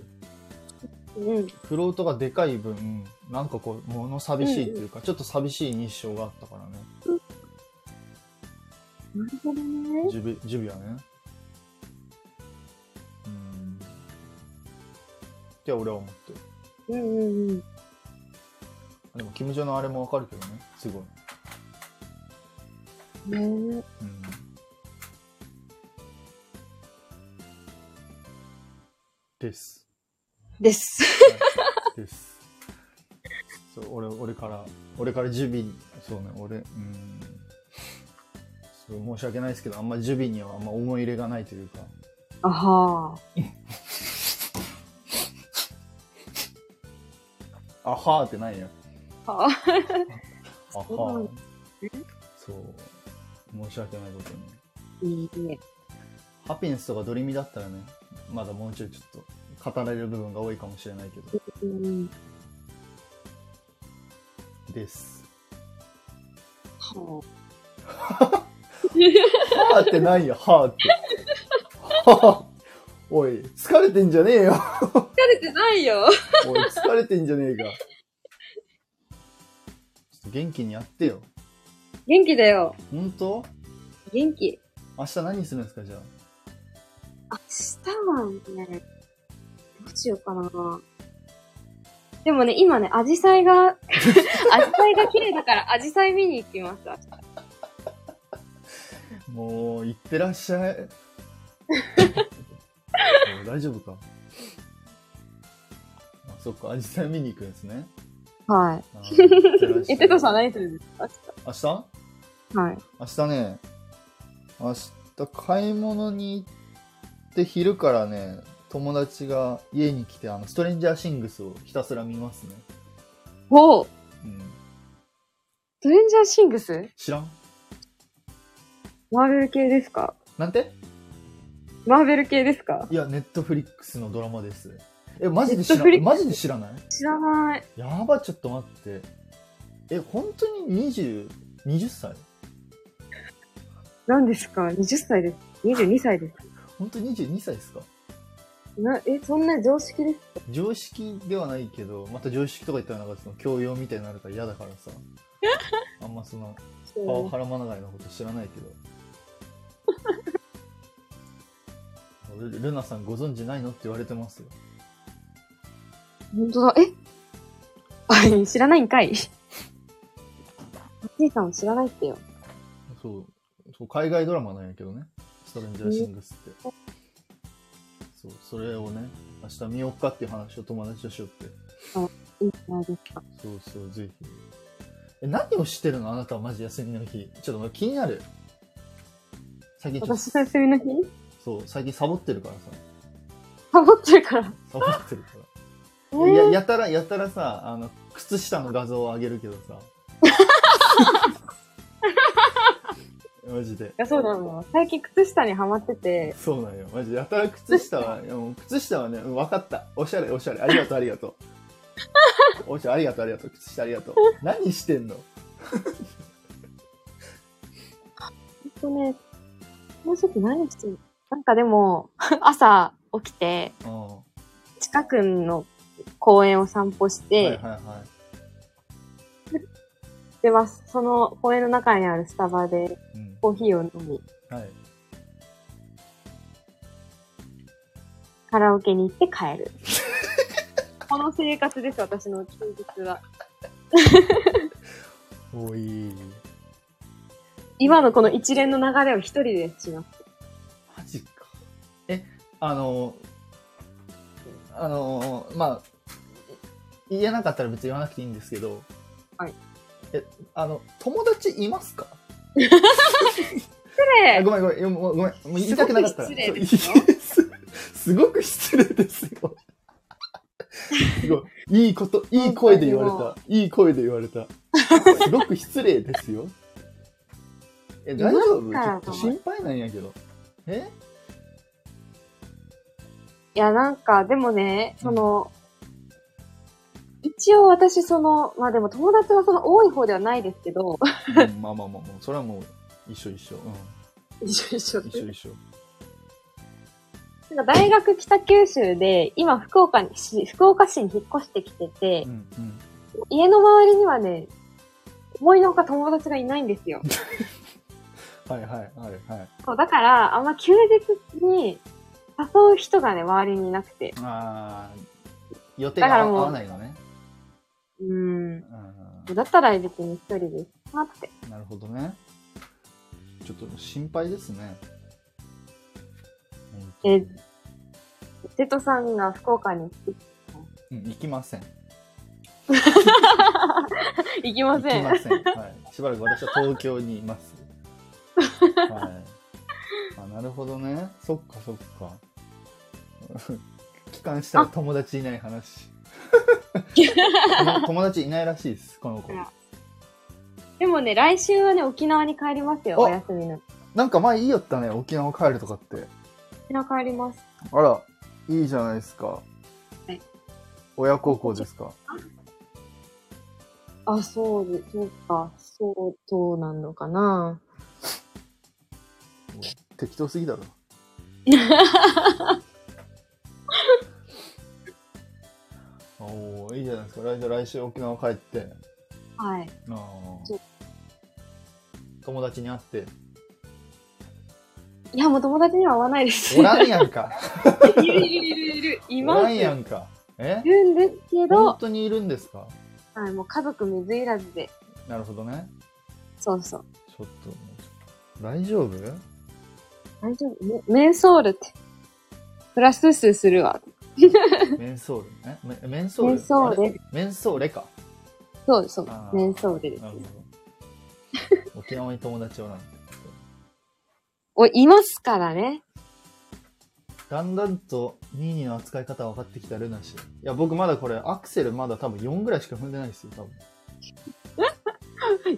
S2: うん。
S1: フロートがでかい分なんかこう物寂しいっていうか、ちょっと寂しい日常があったからね
S2: なるほどね。
S1: ジュビ、ジュビはね。うん。って俺は思ってる。
S2: うんうんうん。
S1: でも、キム・ジョのあれもわかるけどね、すごい。
S2: ね
S1: うん。です。
S2: です。
S1: はいです。そう、俺、俺から、俺からジュビ、そうね、俺、うん。すごい申し訳ないですけど、あんまジュビにはあんま思い入れがないというか。
S2: あはー
S1: ああはーってないや。あ
S2: はあ
S1: は
S2: そう
S1: ー。そう。申し訳ないことに。
S2: いいね。
S1: ハピネスとかドリミだったらね、まだもうちょいちょっと語られる部分が多いかもしれないけど。
S2: うん。
S1: です。
S2: は
S1: はーってないや、はーって。はー。おい、疲れてんじゃねえよ。
S2: あ。疲れてないよ。
S1: おい、疲れてんじゃねえか。ちょっと元気にやってよ。
S2: 元気だよ。
S1: ほんと
S2: 元気。
S1: 明日何するんですか、じゃあ。
S2: 明日はね、どうしようかな。でもね、今ね、アジサイ が、アジサイが綺麗だから、アジサイ見に行きます。
S1: もう、行ってらっしゃい。 もう大丈夫か。あそっか、アジサイ見に行くんですね。
S2: は
S1: あー行ってらっしゃい
S2: い。え、てとさん 何するんですか
S1: 明日
S2: はい。
S1: 明日ね、明日買い物に行って昼からね、友達が家に来て、あの、ストレンジャーシングスをひたすら見ますね。
S2: おう
S1: うん。
S2: トレンジャーシングス
S1: 知らん
S2: マーベル系ですか
S1: なんて
S2: マーベル系ですか
S1: いや、ネットフリックスのドラマです。え、マジで知ら
S2: Netflix？
S1: んマジで知らない
S2: 知らない。
S1: やば、ちょっと待って。え、本当に20、20歳
S2: 何ですか ?20 歳です。22歳です。
S1: 本当に22歳ですか
S2: な、え、そんな常識です
S1: 常識ではないけど、また常識とか言ったらなんかその教養みたいになるから嫌だから さ。あんまその、
S2: け
S1: パワ
S2: ど
S1: ハラマナガイのこと知らないけ ど。ルルナさんご存知ないのって言われてますよ。
S2: 本当だ。えあ、知らないんかい。おじいさんは知らないってよ。
S1: そう。そう海外ドラマなんやけどね。ストレンジャーシングスって。そう、それをね、明日見よっかっていう話を友達としよって。
S2: いいんじゃないですか。
S1: そうそう、ぜひ。え、何をしてるのあなたはマジ休みの日。ちょっと気になる。最近ちょっと、
S2: 私が休み の日
S1: そう、最近サボってるからさ。
S2: サボってるから。
S1: サボってるから。
S2: え
S1: いや、
S2: ー、
S1: やたら、やたらさ、あの、靴下の画像を上げるけどさ。マジで
S2: い。やそうだよ。最近靴下にはまってて、
S1: そうなんよ。マジで。やたら靴下は、いやもう靴下はね、うん、分かった。おしゃれ、おしゃれ。ありがとう、ありがとう。おしゃれ、ありがとう、ありがとう。靴下、ありがとう。何してんの
S2: ほんとね、もうちょっと何してるなんかでも、 朝起きて、
S1: うん。は
S2: 近くの公園を散歩し
S1: い
S2: て、
S1: はいは
S2: で、まあ、その公園の中にあるスタバで
S1: い。うん。
S2: コーヒーを飲み、
S1: はい。
S2: カラオケに行って帰 る。この生活です、私の休日は。
S1: おい。
S2: 今のこの一連の流れを一人でします。
S1: マジか。え、あの、あの、まあ、言えなかったら別に言わなくていいんですけど。
S2: はい。
S1: え、あの、友達いますか
S2: 失
S1: あ
S2: 礼
S1: ごめんごめんいやもう。ごめん。もう言いたくなかったら。
S2: すご
S1: そ
S2: く失礼
S1: ういいす すごく失礼ですよ。 すごい。いいこと、いい声で言われた。いい声で言われた。すごく失礼ですよ。え、大丈夫
S2: い
S1: ちょ
S2: ますから
S1: っと心配なんやけど。え
S2: いや、なんか、でもね、その、一応私その、まあでも友達はその多い方ではないですけど、
S1: うんまあまあまあ、もうそれはもう一緒一緒。う
S2: 一緒一緒
S1: ん、一緒一緒。
S2: なんか大学北九州で、今福岡にし、福岡市に引っ越してきてて
S1: うん、うん。
S2: 家の周りにはね、思いのほか友達がいないんです よ。
S1: はいはいはいはい。
S2: そう、だから、あんま休日に誘う人がね、周りにいなくて。
S1: あー予定
S2: だか
S1: が
S2: ら
S1: 合
S2: もう
S1: わないのね。
S2: うん。
S1: う
S2: だったら別に一人で、なって。
S1: ん、なるほどね。ちょっと心配ですね。本当に
S2: え瀬戸さんが福岡に
S1: うん、行きません。
S2: 行き
S1: 行
S2: ま
S1: き
S2: せん。
S1: ません。はい。しばらく私は東京にいます。 はい。あ、なるほどね。そっ かそっか。帰還したら友達いない話。友友達いないらしいです、この子
S2: あ。らでもね、来週はね、沖縄に帰りますよ、
S1: あ
S2: お休みの。
S1: なんか前言いよったね、沖縄帰るとかって。
S2: 沖縄帰ります。
S1: あら、いいじゃないですか。
S2: い
S1: 親孝行ですか。
S2: あ、そうで、そうか、そう、そうなのかな。
S1: 適当すぎだろ。 おおいいじゃないですか。来週、来週沖縄帰って。
S2: はい。
S1: あー
S2: そう
S1: 友達に会って。
S2: いや、もう友達には会わないです。
S1: おらんやんか。
S2: いるいるいるいる、 い
S1: お
S2: ま
S1: ら
S2: す。
S1: ん
S2: い
S1: やんか。え
S2: るんですけど
S1: 本、当にいるんですか
S2: はい、もう家族水いらずで。
S1: なるほどね。
S2: そうそう。
S1: ちょっと、大丈夫
S2: 大丈夫メメンソールって。プラス数するわ。
S1: メンソールね。メメンソール
S2: メンソー
S1: あれ
S2: ル。
S1: メンソーレか。
S2: そうそう
S1: あ。ー
S2: メンソールです
S1: な。る ほど。沖縄に友達おらん。
S2: お、いますからね。
S1: だんだんとニーニーの扱い方分かってきたルナ氏。いや、僕まだこれ、アクセルまだ多分4ぐらいしか踏んでないですよ、多分。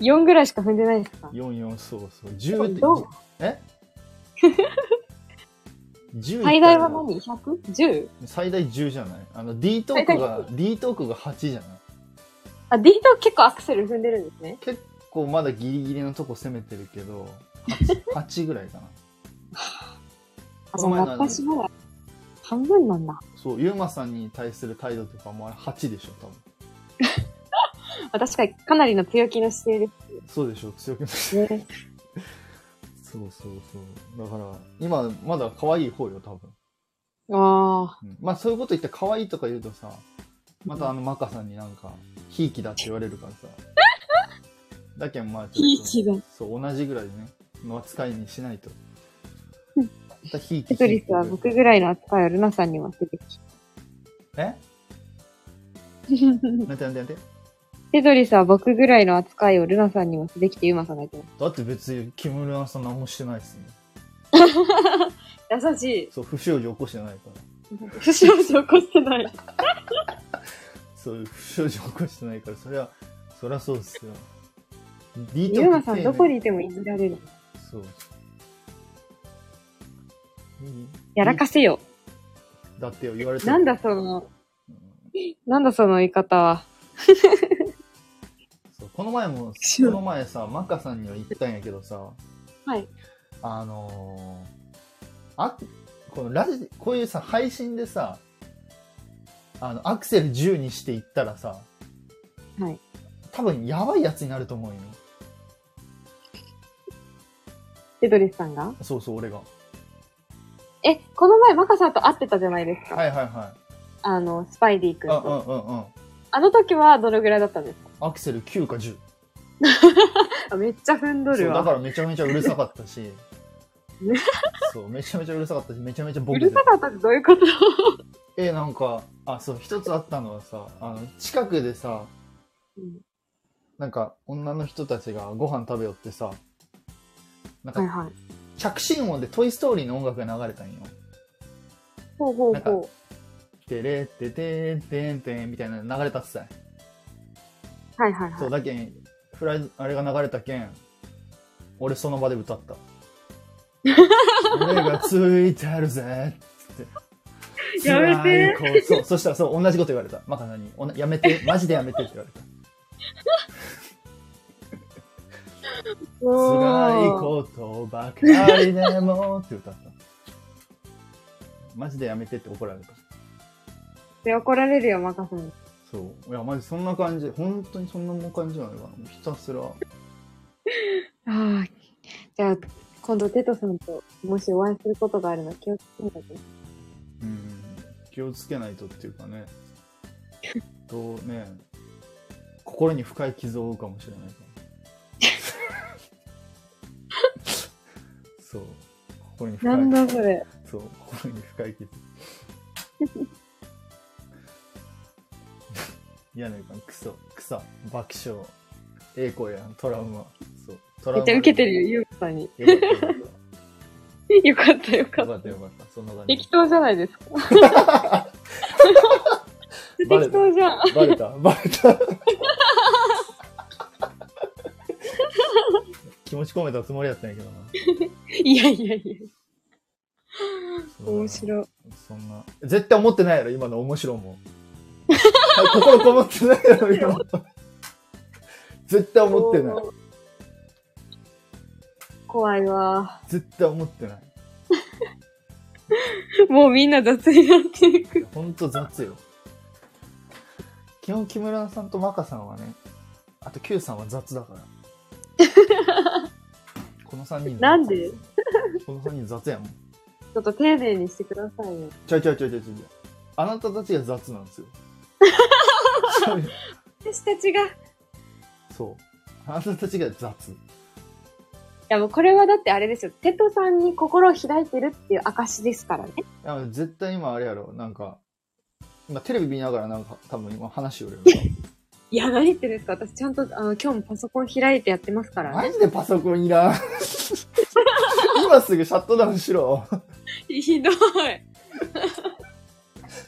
S2: 4ぐらいしか踏んでないですか
S1: 4、4、そうそう。10って
S2: どう、
S1: え ?10
S2: 最大は何 ?100?10?
S1: 最大10じゃないあの、D トークが
S2: 最、
S1: D トークが8じゃない
S2: あ、D と結構アクセル踏んでるんですね。
S1: 結構まだギリギリのとこ攻めてるけど、8, 8ぐらいかな。
S2: あ、じゃあ
S1: お前何
S2: 私まだ半分なんだ。
S1: そう、ユーマさんに対する態度とかもあれ8でしょ、多分。
S2: あ確かにかなりの強気の姿勢で
S1: そうでしょ、強くない。そ
S2: すね。
S1: うそうそう。だから、今、まだ可愛い方よ、多分。
S2: ああ。
S1: うんまあそういうこと言って可愛いとか言うとさ、またあのマカさんになんか、ひいきだって言われるからさ。だけんまあちょっと
S2: ひいきだ
S1: そう、同じぐらいね、の扱いにしない と。またひいき
S2: テトリスは僕ぐらいの扱いをルナさんにはすべき。
S1: えなんてなんてなんて
S2: テトリスは僕ぐらいの扱いをルナさんにはすべきってユーマさんが言って
S1: だ
S2: ま
S1: って別に、キムルアンさん何もしてないですね。
S2: す。優しい。
S1: そう、不祥事起こしてないから。
S2: 不祥 事起こしてない。
S1: そういう不祥事起こしてないから、そりゃ、そりゃそうっすよ。ディ
S2: ユーマさんどこにいてもいじられる。
S1: そう。いい
S2: やらかせよ。
S1: だってよ、言われてる
S2: なんだその、
S1: うん
S2: なんだその言い方は。
S1: そうこの前も、こ
S2: 知らん
S1: の前さ、マカさんには言ったんやけどさ、
S2: はい。
S1: あのー、あ、このラジ、こういうさ、配信でさ、あの、アクセル10にしていったらさ、
S2: はい。
S1: 多分やばいやつになると思うよ。
S2: テトリスさんが
S1: そうそう、俺が。
S2: え、この前マカさんと会ってたじゃないですか。
S1: はいはいは
S2: あの、スパイディ
S1: い。
S2: 君
S1: あ、
S2: と。
S1: うんうんうん。
S2: あの時はどのぐらいだったんですか
S1: アクセル9か10。
S2: あめっちゃ踏んど
S1: そう
S2: る
S1: だか
S2: わ。
S1: らめちゃめちゃうるさかった しそうめちゃめちゃうるさかったしめちゃめちゃボ
S2: う
S1: ケて
S2: るさかったってどういうこと
S1: えなんかあそう一つあったのはさあの近くでさ
S2: うん
S1: なんか女の人たちがご飯食べよってさなん
S2: はい
S1: か
S2: はい。
S1: 着信音で「トイ・ストーリー」の音楽が流れたんよ。
S2: ほうほう
S1: なんか
S2: ほ
S1: てれっててんてんてんみたいなの流れたっすさ
S2: う。はいはいは
S1: そ
S2: い。
S1: うだけんフライあれが流れたけん俺その場で歌 った俺がついてるぜっつって
S2: やめ
S1: 辛い子そうそしたらそう同じこと言われたマカさんにおなやめてマジでやめてって言われた
S2: お
S1: 辛い
S2: ー
S1: ことばかりでもって歌ったマジでやめてって怒られた
S2: で怒られるよ、マカさん。
S1: そういやマジそんな感じ本当にそんなもん感じなのかなもうひたすら
S2: ああ。じゃあ、今度テトさんともしお会いすることがあるの気をつけなきゃいけない
S1: うん気をつけないとっていうかねとね心に深い傷を負うかもしれないからそう心に深い
S2: なんだそれ。
S1: そう心に深い傷嫌な予感クソクソ爆笑栄光やんトラウマそうトラ
S2: め
S1: ウ
S2: っ
S1: マ
S2: ちゃ受けてるよ、ユーマさんに。
S1: よかったよかっ
S2: よか
S1: たよかっ
S2: ったよかった。
S1: たよかったそんな感じ
S2: 適当じゃないですか。
S1: バレた
S2: 適当じゃん。
S1: バレたバレた気持ち込めたつもりやったんやけどない
S2: やいやいや。面
S1: い
S2: 白い。
S1: そんな絶対思ってないやろ今の面白いもんはい心こもってないやろ今の絶対思ってない
S2: おー怖いわ。
S1: 絶対思ってない
S2: もうみんな雑になっていく。
S1: ほんと雑よ。基本木村さんとマカさんはね、あと Q さんは雑だ から。この3人雑
S2: なんで
S1: この3人雑やもん。
S2: ちょっと丁寧にしてくださいよ。
S1: ちゃいちゃいちゃいちゃいちゃい。あなたたちが雑なんですよ。
S2: 私たちが。い
S1: そう。あなたたちが雑。
S2: やもうこれはだってあれですよ。テトさんに心を開いてるっていう証ですからね。
S1: いや絶対今あれやろ、なんか、今テレビ見ながらなんか多分今話しよるよ な。
S2: いや、何言ってるんですか私ちゃんと、あの、今日もパソコン開いてやってますからね。
S1: マジでパソコンいらん。 今すぐシャットダウンしろ。
S2: ひどい。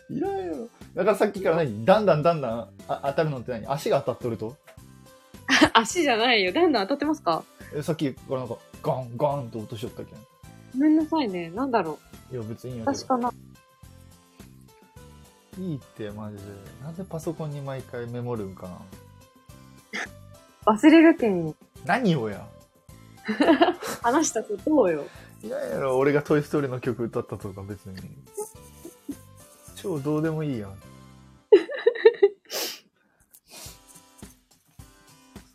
S1: いらんよ。だからさっきから何だんだんだんだんあ当たるのって何足が当たっとると
S2: 足じゃないよ。だんだん当たってますか
S1: えさっきからなんかガンガンと落としよったけん。い
S2: ごめんなさいね。なんだろう。
S1: や別にいいんやけ
S2: 私か
S1: ど。
S2: な。
S1: いいってマジで。なんでパソコンに毎回メモるんかな
S2: 忘れるけん。
S1: 何をや
S2: 話したとどうよ。
S1: いややろ、俺がトイストーリーの曲歌ったとか別に。超どうでもいいやん。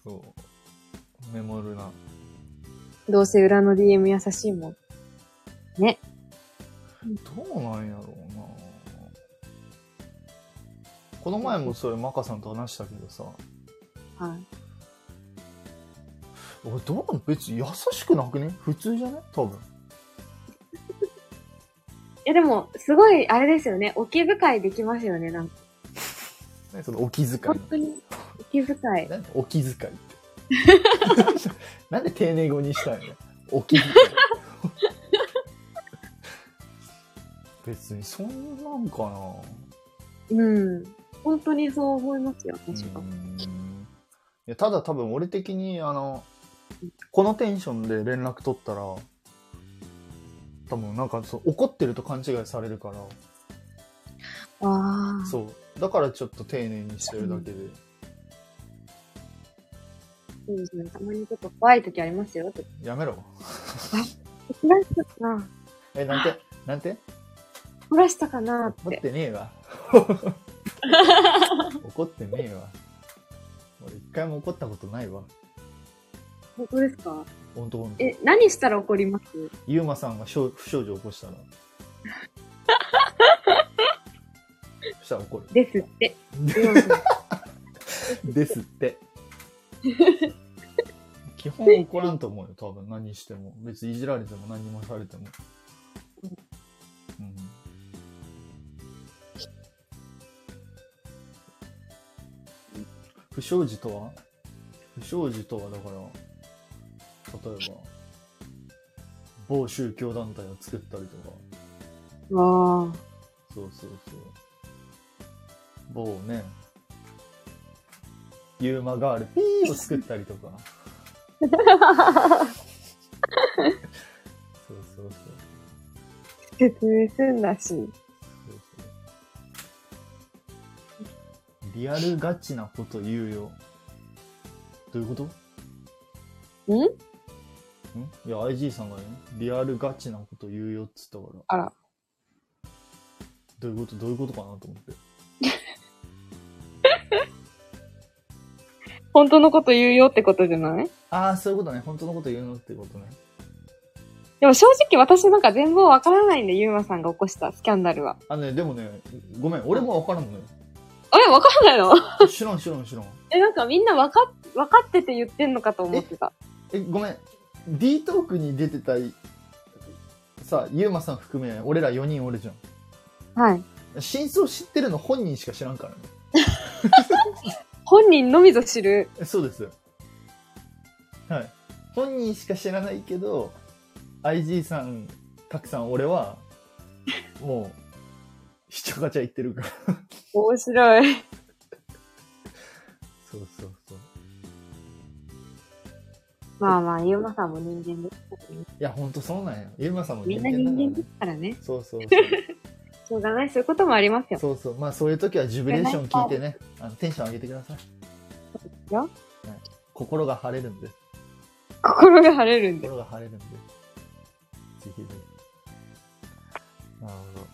S1: そう。メモるな。
S2: どうせ裏の DM 優しいもん。
S1: どうなんやろうなこの前もそれマカさんと話したけどさ
S2: はい。
S1: 俺どうなの別に優しくなくね普通じゃね多分
S2: いやでも、すごい、あれですよね。お気遣いできますよね。なんか、
S1: 何そのお気遣い
S2: 本当に、お気遣い。
S1: 何お気遣いって なんで丁寧語にしたんやお気遣い別にそんなんかな
S2: うん。本当にそう思いますよ、私は。
S1: うんいやただ多分俺的にあのこのテンションで連絡取ったら多分なんかそう怒ってると勘違いされるから
S2: ああ。
S1: そうだからちょっと丁寧にしてるだけで、
S2: そうですね。たまにちょっと怖い時ありますよ。
S1: やめろ
S2: 怒らしたかな
S1: えなんてなんて
S2: 怒らしたかなっ。
S1: 怒っててねえわ怒ってねえわ俺一回も怒ったことないわ
S2: 本当ですか
S1: 本当本当
S2: え、何したら怒ります
S1: ゆうまさんがしょ不祥事起こしたらそしたら怒る
S2: ですって。
S1: ですって。基本怒らんと思うよ、多分何しても。別にいじられても何もされても。うん。不祥事とは不祥事とはだから、例えば、某宗教団体を作ったりとか、
S2: わあ。
S1: そうそうそう。某ね、ユーマガールピーを作ったりと か。そうそうそう
S2: 説明すんだし。
S1: そうそう。リアルガチなこと言うよ。どういうことん
S2: ん
S1: いや、IG さんがね、リアルガチなこと言うよっつったから、
S2: あら。
S1: どういうことどういうことかなと思って。
S2: 本当のこと言うよってことじゃない
S1: ああ、そういうことね。本当のこと言うのってことね。
S2: でも正直私なんか全貌わからないんで、ゆうまさんが起こしたスキャンダルは。
S1: あのね、でもね、ごめん、俺もわからんのよ。
S2: え、わからないの
S1: 知らん知らん知らん。
S2: え、なんかみんなわかっ、わかってて言ってんのかと思ってた。
S1: え、ごめん。D トークに出てたい、さ、ゆうまさん含め、俺ら4人おるじゃ
S2: はい。
S1: ん。真相知ってるの本人しか知らんからね。
S2: 本人のみぞ知る。
S1: えそうです。はい。本人しか知らないけど、IG さん、たくさん俺は、もう、ひちゃかちゃ言ってるから。
S2: 面白い。
S1: そうそうそう。
S2: まあまあ、ゆうまさんも人間ですからね。
S1: いや、ほんとそうなんよ。ゆうまさんも
S2: み
S1: 人
S2: ん
S1: 間だから、ね。
S2: な人間ですからね。
S1: そうそうそう。
S2: しょうがない、そういうこともありますよ。
S1: そうそう。まあ、そういう時はジュビレーション聞いてね、あのテンション上げてください。
S2: よ
S1: はい心が晴れるんで、
S2: 心が晴れるんで。
S1: 心が晴れるんで。ぜひぜひ。なるほど。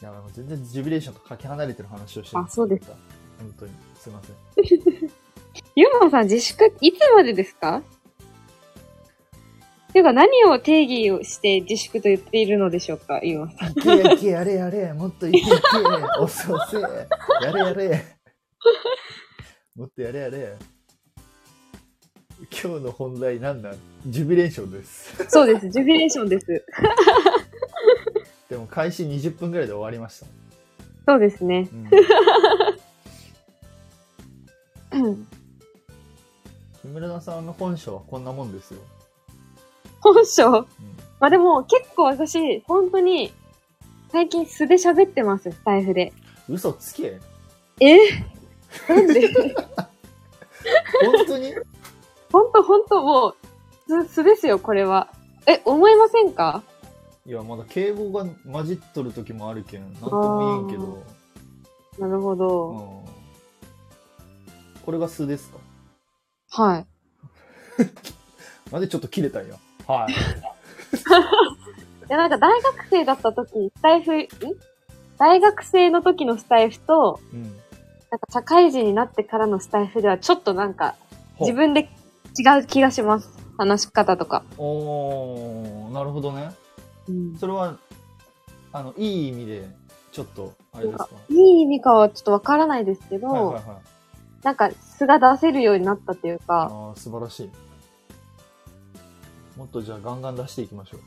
S1: いや、もう全然ジュビレーションとかけ離れてる話をして。
S2: あそうです
S1: 本当に。すいません。
S2: ゆうまさん、自粛、いつまでですかていうか、何を定義をして自粛と言っているのでしょうか、ゆうまさん。
S1: いけやいけやれやれもっといけい け押せ押せやれやれもっとやれやれ今日の本題なんだジュビレーションです
S2: そうです、ジュビレーションです。
S1: でも開始20分ぐらいで終わりました、
S2: そうですね。
S1: うん、
S2: うん
S1: 木村さんの本性はこんなもんですよ、
S2: 本性。
S1: うん
S2: まあでも、結構私、本当に、最近素で喋ってます、スタイフで。
S1: 嘘つけ
S2: えなんで
S1: 本当 に
S2: 本当本当もう、素素ですよ、これは。え、思いませんか
S1: いやまだ敬語が混じっとる時もあるけんなんとも言えんけど、
S2: なるほ
S1: う
S2: ど。
S1: ん、これが素ですか
S2: はい。
S1: なんでちょっと切れたんやはい
S2: いや、なんか大学生だった時、スタイフ、ん大学生の時のスタイフと、
S1: うん
S2: なんか社会人になってからのスタイフではちょっとなんか、
S1: ほう
S2: 自分で違う気がします。話し方とか。
S1: おーなるほどね
S2: うん
S1: それはあのいい意味でちょっとあれですか
S2: いい意味かはちょっとわからないですけど、
S1: はいはいはい
S2: なんか素が出せるようになったというか、
S1: あー素晴らしいもっとじゃあガンガン出していきましょ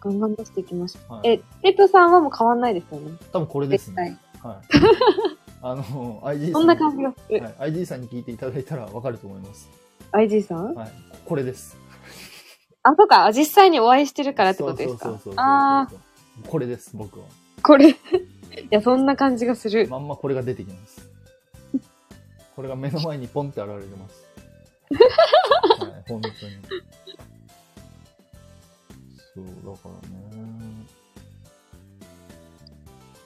S2: ガンガン出していきまし
S1: う、は
S2: た。え、
S1: い、
S2: テトさんはもう変わんないですよね。
S1: 多分これですねはいあの IG さん
S2: そんな感じがする。
S1: はい IG さんに聞いていただいたらわかると思います、
S2: IG さん
S1: はい、これです
S2: あ、そうか。実際にお会いしてるからってことです
S1: そう
S2: か
S1: そうそうそうそう
S2: ああ、
S1: これです僕は
S2: これ。い や、そんな感じがする。
S1: まんまこれが出てきます。これが目の前にポンって現れてます。はい、本当に。そう、だからね。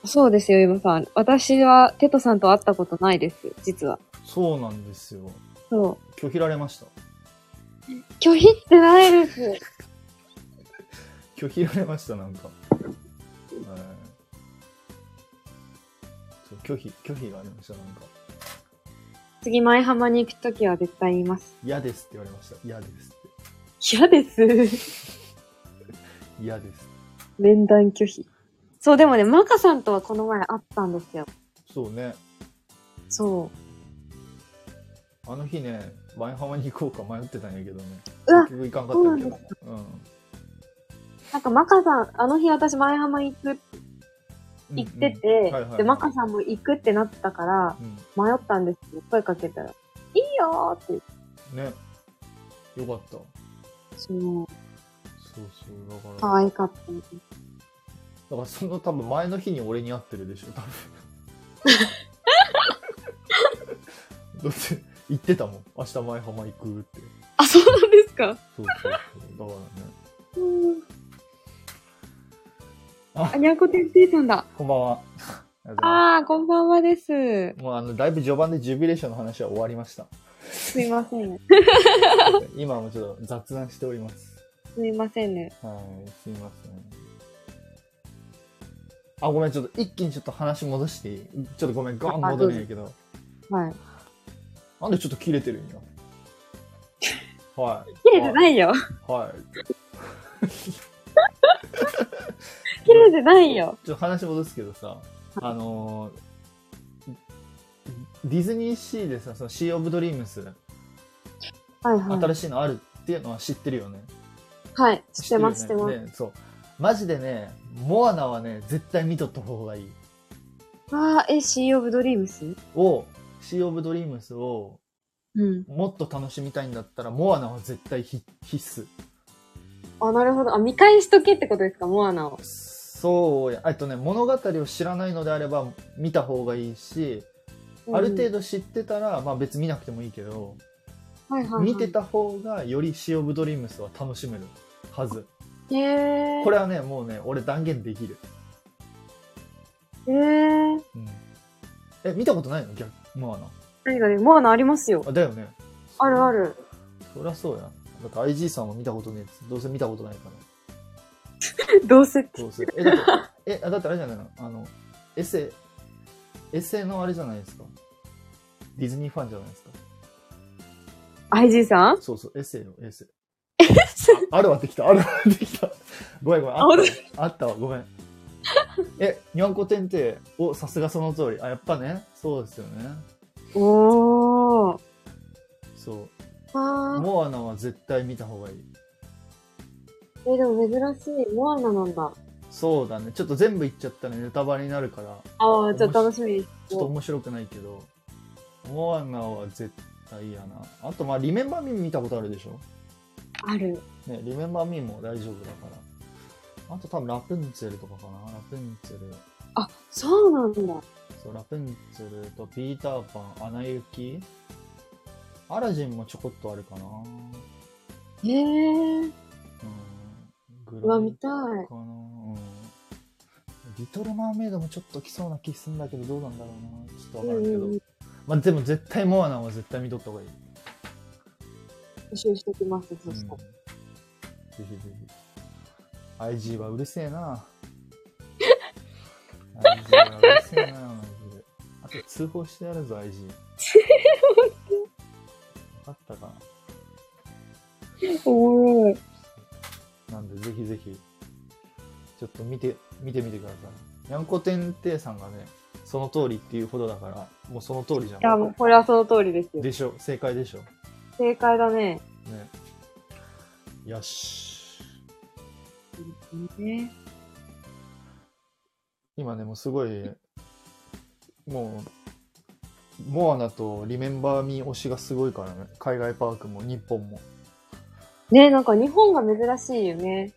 S2: そうですよ、今さん。私はテトさんと会ったことないです、実は。
S1: そうなんですよ。
S2: そ
S1: 拒否られました。
S2: う。拒否ってないです。
S1: 拒否られました、なんか。はい。そう、拒否、拒否がありました、なんか。
S2: 次、前浜に行くときは絶対言います。
S1: 嫌ですって言われました。嫌ですって。
S2: 嫌 です。
S1: 嫌です。
S2: 面談拒否。そう、でもね、マカさんとはこの前会ったんですよ。
S1: そうね。
S2: そう。
S1: あの日ね、舞浜に行こうか迷ってたんやけどね。
S2: うわ
S1: 結局行かんかったんやけど。うん。
S2: なんかマカさん、あの日私前浜行く、
S1: うん
S2: 行ってて、
S1: はいはいはい
S2: で、マカさんも行くってなったから、
S1: う
S2: 迷ったんですけど、声かけたら、いいよーって言って。
S1: ん、ねよかった
S2: そう、
S1: そうそうだから、
S2: 可愛かったです。
S1: だからその多分前の日に俺に会ってるでしょ多 分だって言ってたもん明日前浜行くって
S2: あ、そうなんですか
S1: そうそうそうだからね
S2: うん。
S1: あ
S2: あ、にゃんこてんていさんだ。
S1: こんばんはありがとうございま
S2: ああ、こんばんはです
S1: す。もうあのだいぶ序盤でジュビレーションの話は終わりました
S2: すいません。
S1: 今もちょっと雑談しております
S2: すいませんね。
S1: はいすいませんあごめんちょっと一気にちょっと話戻していいちょっとごめんガーン戻るんやけど
S2: はい。
S1: なんでちょっと切れてるんや。はい。
S2: 綺麗じゃないよ。
S1: はい。
S2: 綺麗じゃないよ。
S1: ちょっと話戻すけどさ、あのーディズニーシーでさ、そのシー・オブ・ドリームス、
S2: はいはい。
S1: 新しいのあるっていうのは知ってるよね。
S2: はい。知ってます、知っ
S1: 知
S2: て
S1: るよ
S2: ま
S1: ね
S2: す。
S1: ねそう。マジでね、モアナはね、絶対見とった方がいい。
S2: ああ、え、シー・オブ・ドリームス
S1: を、シー・オブ・ドリームスを
S2: うん。
S1: もっと楽しみたいんだったら、モアナは絶対必必須。
S2: あ、なるほど。あ、見返しとけってことですか、モアナを。
S1: そうやえっとね物語を知らないのであれば見た方がいいし、ある程
S2: 度、
S1: 度知ってたら、まあ、別に見なくてもいいけど、
S2: はいはいはい
S1: 見て。た方がより「シー・オブ・ドリームス」は楽しめるはず
S2: へえー。
S1: これはねもうね俺断言できる、
S2: へえー。
S1: うんえ見たことないの逆モアナ
S2: 何がね、モアナありますよ。
S1: あだよね
S2: あるある。
S1: そりゃそうやだって IG さんは見たことねえっつどうせ見たことないから
S2: どうせって。
S1: どうせえだってえあだってあれじゃないのあのエセエセのあれじゃないですかディズニーファンじゃないですか
S2: IG さん
S1: そうそうエセよエセあるわってきたあるわってきたごめんごめんあ
S2: あ
S1: ったあったわごめんえにゃんこ検定おさすがその通りあやっぱねそうですよね
S2: おー。
S1: そう
S2: あー。
S1: モアナは絶対見た方がいい
S2: え、でも珍しい。モアナなんだ。
S1: そうだねちょっと全部言っちゃったらネタバレになるから
S2: あー、ちょっと楽しみです。
S1: ちょっと面白くないけどモアナは絶対やなあとまあリメンバーミー見たことあるでしょ
S2: ある。
S1: ねリメンバーミーも大丈夫だからあと多分ラプンツェルとかかなラプンツェル
S2: あ、そうなんだ。
S1: そうラプンツェルとピーターパン、アナ雪アラジンもちょこっとあるかな。
S2: へえー。
S1: うん。
S2: う
S1: ぐ
S2: わ、
S1: ら
S2: 見
S1: い
S2: た
S1: か
S2: い。
S1: な。うん。リトル・マーメイドもちょっと来そうな気すんだけど、どうなんだろうな。ちょっとわからんけど。
S2: うんうんうん
S1: まあ、でも絶対モアナは絶対見とった方がいい。
S2: 募集しておきます、そ
S1: うん、
S2: し
S1: ぜ
S2: た
S1: ひ
S2: ら。
S1: ぜひ。IG はうるせえな。IG はうるせえな、マジで。あと通報してやるぞ、IG。分かったか
S2: おもろい。
S1: な。なんで、ぜひぜひ、ちょっと見て、見てみてください。にゃんこてんていさんがね、その通りっていうほどだから、もうその通りじゃ
S2: いや、も
S1: ん
S2: う。これはその通りですよ。
S1: でしょ、正解でしょ。
S2: 正解だね。
S1: ね。よし。
S2: ね。
S1: 今ねもうすごいもうモアナとリメンバーミー推しがすごいからね海外パークも日本も
S2: ねなんか日本が珍しいよね。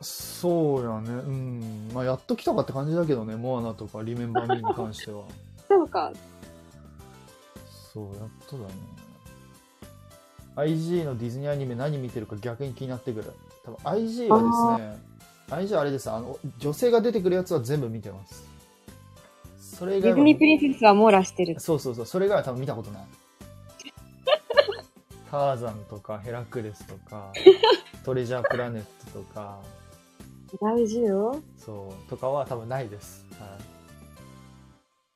S1: そうやねうんまあやっと来たかって感じだけどねモアナとかリメンバーミーに関しては
S2: なんか、
S1: そうやっとだね IG のディズニーアニメ何見てるか逆に気になってくる多分 IG はですね IG はあれですあの女性が出てくるやつは全部見てますそれ以外
S2: ディ
S1: は
S2: ズニープリンセスは網羅してる。
S1: そうそうそう、それ以外は多分見たことない。 ターザンとかヘラクレスと か、トレジャープラネットとか、
S2: 大事よ。
S1: そう、とかは多分ないです。はい。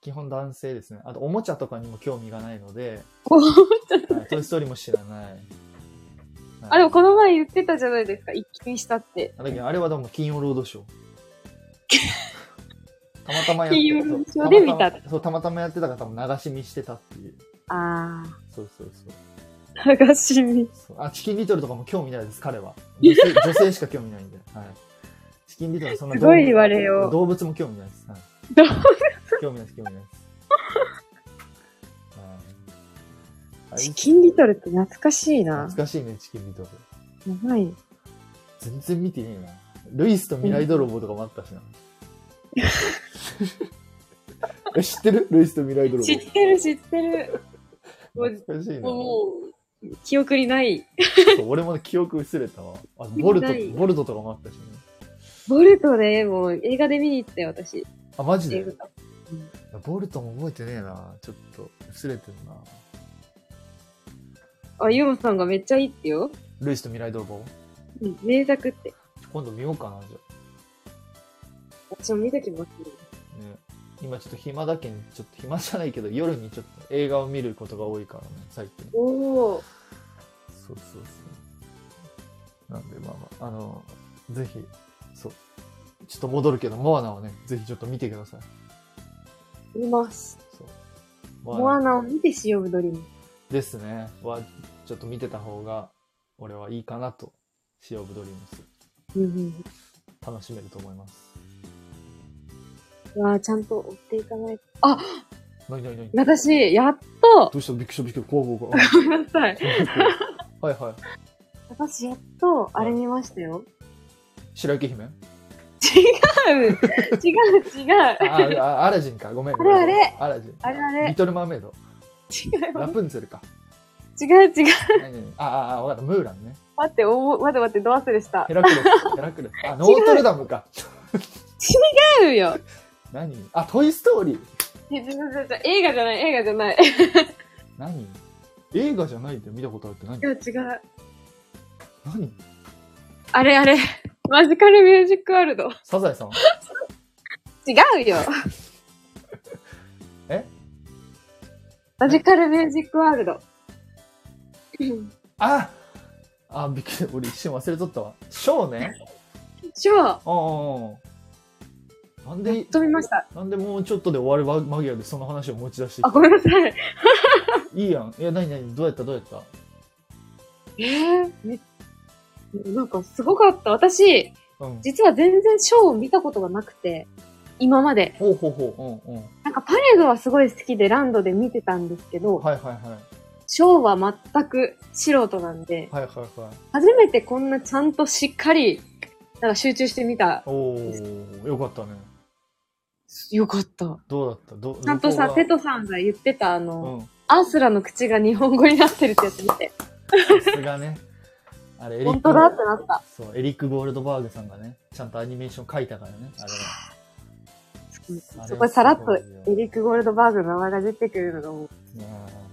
S1: 基本男性ですね。あと、おもちゃとかにも興味がないので、はい、トイストーリーも知らない。はい
S2: あ、でもこの前言ってたじゃないですか。一気にしたって。
S1: あだけどあれはでも金曜ロードショー。 たまたまや
S2: 金曜ロードショーで見た
S1: そうそう、たまたまやってたから多分流し見してたっていう。
S2: あ
S1: そうそうそう。
S2: ー、流し見。
S1: そうあ、チキンリトルとかも興味ないです、彼 は。女性女性しか興味ないんで。はい。チキンリトルはそんな
S2: すごい言われよ
S1: 動物も興味ないです。はい、
S2: どう
S1: 興味ないです、興味ないです。はい。
S2: チキンリトルって懐かしいな。
S1: 懐かしいね、チキンリトル。
S2: やばい。
S1: 全然見てねえな。ルイスと未来泥棒とかもあったし な。え知ってるルイスと未来泥棒。
S2: 知ってる、知っ てる。もう
S1: 懐かしいな。
S2: もう、記憶にない。
S1: そう俺もね記憶薄れたわ。あ、ボルト
S2: 見てな、い
S1: ボルトとかもあったしね。
S2: ボルトね、もう映画で見に行ったよ、私。
S1: あ、マジで
S2: 映画
S1: ボルトも覚えてねえな。ちょっと、薄れてるな。
S2: あ、ユーモさんがめっちゃいいってよ。
S1: ルイスと未来泥棒
S2: うん、名作って。
S1: 今度見ようかな、じゃ
S2: 私も見ときます、
S1: あね。今ちょっと暇だけに、ちょっと暇じゃないけど、夜にちょっと映画を見ることが多いからね、最近。
S2: おお。
S1: そうそうそう。なんで、まあまあ、あの、ぜひ、そう。ちょっと戻るけど、モアナをね、ぜひちょっと見てください。
S2: 見ます。
S1: そう。
S2: モアナを見てしようドリーム。
S1: ですね。は、ちょっと見てた方が、俺はいいかなと、シオブドリームス、
S2: うんうん
S1: 楽しめると思います。
S2: うん。わあ、ちゃんと追っていかないと。あ、
S1: なになになに
S2: 私、やっと、
S1: どうしたびっくりしたびっくりした。怖い 怖い怖い。
S2: ごめんなさい。
S1: はいはい。
S2: 私、やっと、あれ見ましたよ。
S1: 白雪姫
S2: 違う違う違う
S1: ああアラジンかごめんごめん
S2: あれあれ
S1: アラジン
S2: あれあれ
S1: リトル・マーメイ ド
S2: 違う
S1: ラプンツェルか
S2: 違う違う
S1: 何 々あああ分かったムーランね
S2: 待って、お待って待って、ド忘れした
S1: ヘ。ラクレ スヘラクレスあノートルダムか
S2: 違うよ。
S1: 何あトイ・ストーリー
S2: 違う違う違う映画じゃない、映画じゃない。
S1: 何映画じゃないって見たことあるって何
S2: 違う違う。
S1: 何
S2: あれあれ。マジカルミュージックワールド。
S1: サザエさん
S2: 違うよ。
S1: え
S2: マジカルミュージックワール ド。
S1: ああびっくり俺一瞬忘れとったわショーね
S2: ショ
S1: ああなん
S2: ー、やっ
S1: で
S2: と見ました。
S1: なんでもうちょっとで終わる間際でその話を持ち出してき
S2: あ、
S1: た
S2: ごめんなさい。
S1: いいやんいや何何どうやったどうやった
S2: えー、めなんかすごかった。私、
S1: うん
S2: 実は全然ショーを見たことがなくて、今まで。
S1: ほうほうほううんうん
S2: なんかパレードはすごい好きでランドで見てたんですけど、
S1: はいはいはい
S2: ショーは全く素人なんで、
S1: はいはいはい
S2: 初めてこんなちゃんとしっかり、なんか集中してみた。
S1: おおよかったね
S2: よかった。
S1: どうだったど
S2: ちゃんとさ、
S1: 向こう
S2: テトさんが言ってたあ
S1: が
S2: の、
S1: うん
S2: アースラの口が日本語になってるってやつ見て、
S1: さすがねあれエリック
S2: 本当だってなった。
S1: そうエリック・ゴールドバーグさんがねちゃんとアニメーション描いたからねあれはあれ
S2: そこでさらっと
S1: そう
S2: エ
S1: ですよ
S2: リック・ゴールドバーグの名前が出てくるのがもう、
S1: いや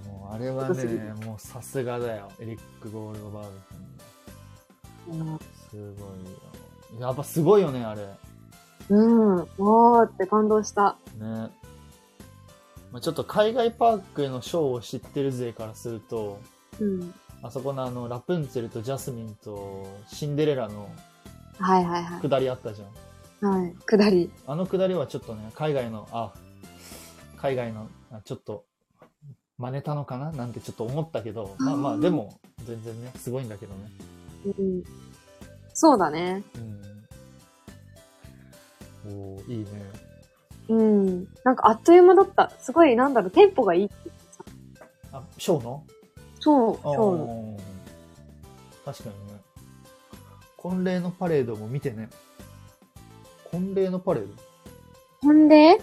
S1: ーもうあれは
S2: ちょっとす
S1: ねもうさすがだよエリック・ゴールドバーグさん
S2: も
S1: すごいよやっぱすごいよねあれね
S2: ううん、おーって感動した。
S1: まあちょっと海外パークへのショーを知ってる勢からすると
S2: うん。
S1: あそこのあのラプンツェルとジャスミンとシンデレラの
S2: はいはいは
S1: 下りあったじゃん
S2: い。はい。くだり。
S1: あのくだりはちょっとね、海外の、あ、海外の、あちょっと、真似たのかななんてちょっと思ったけど、まあま
S2: あ
S1: あ、
S2: ー
S1: でも、全然ね、すごいんだけどね。
S2: うん。そうだね。
S1: うん。おーいいね。
S2: うん。なんかあっという間だった。すごい、なんだろう、テンポがいいっていうかさ
S1: あ、ショーの
S2: そう、
S1: あー
S2: そう。
S1: 確かにね。婚礼のパレードも見てね。婚礼のパレード
S2: 婚礼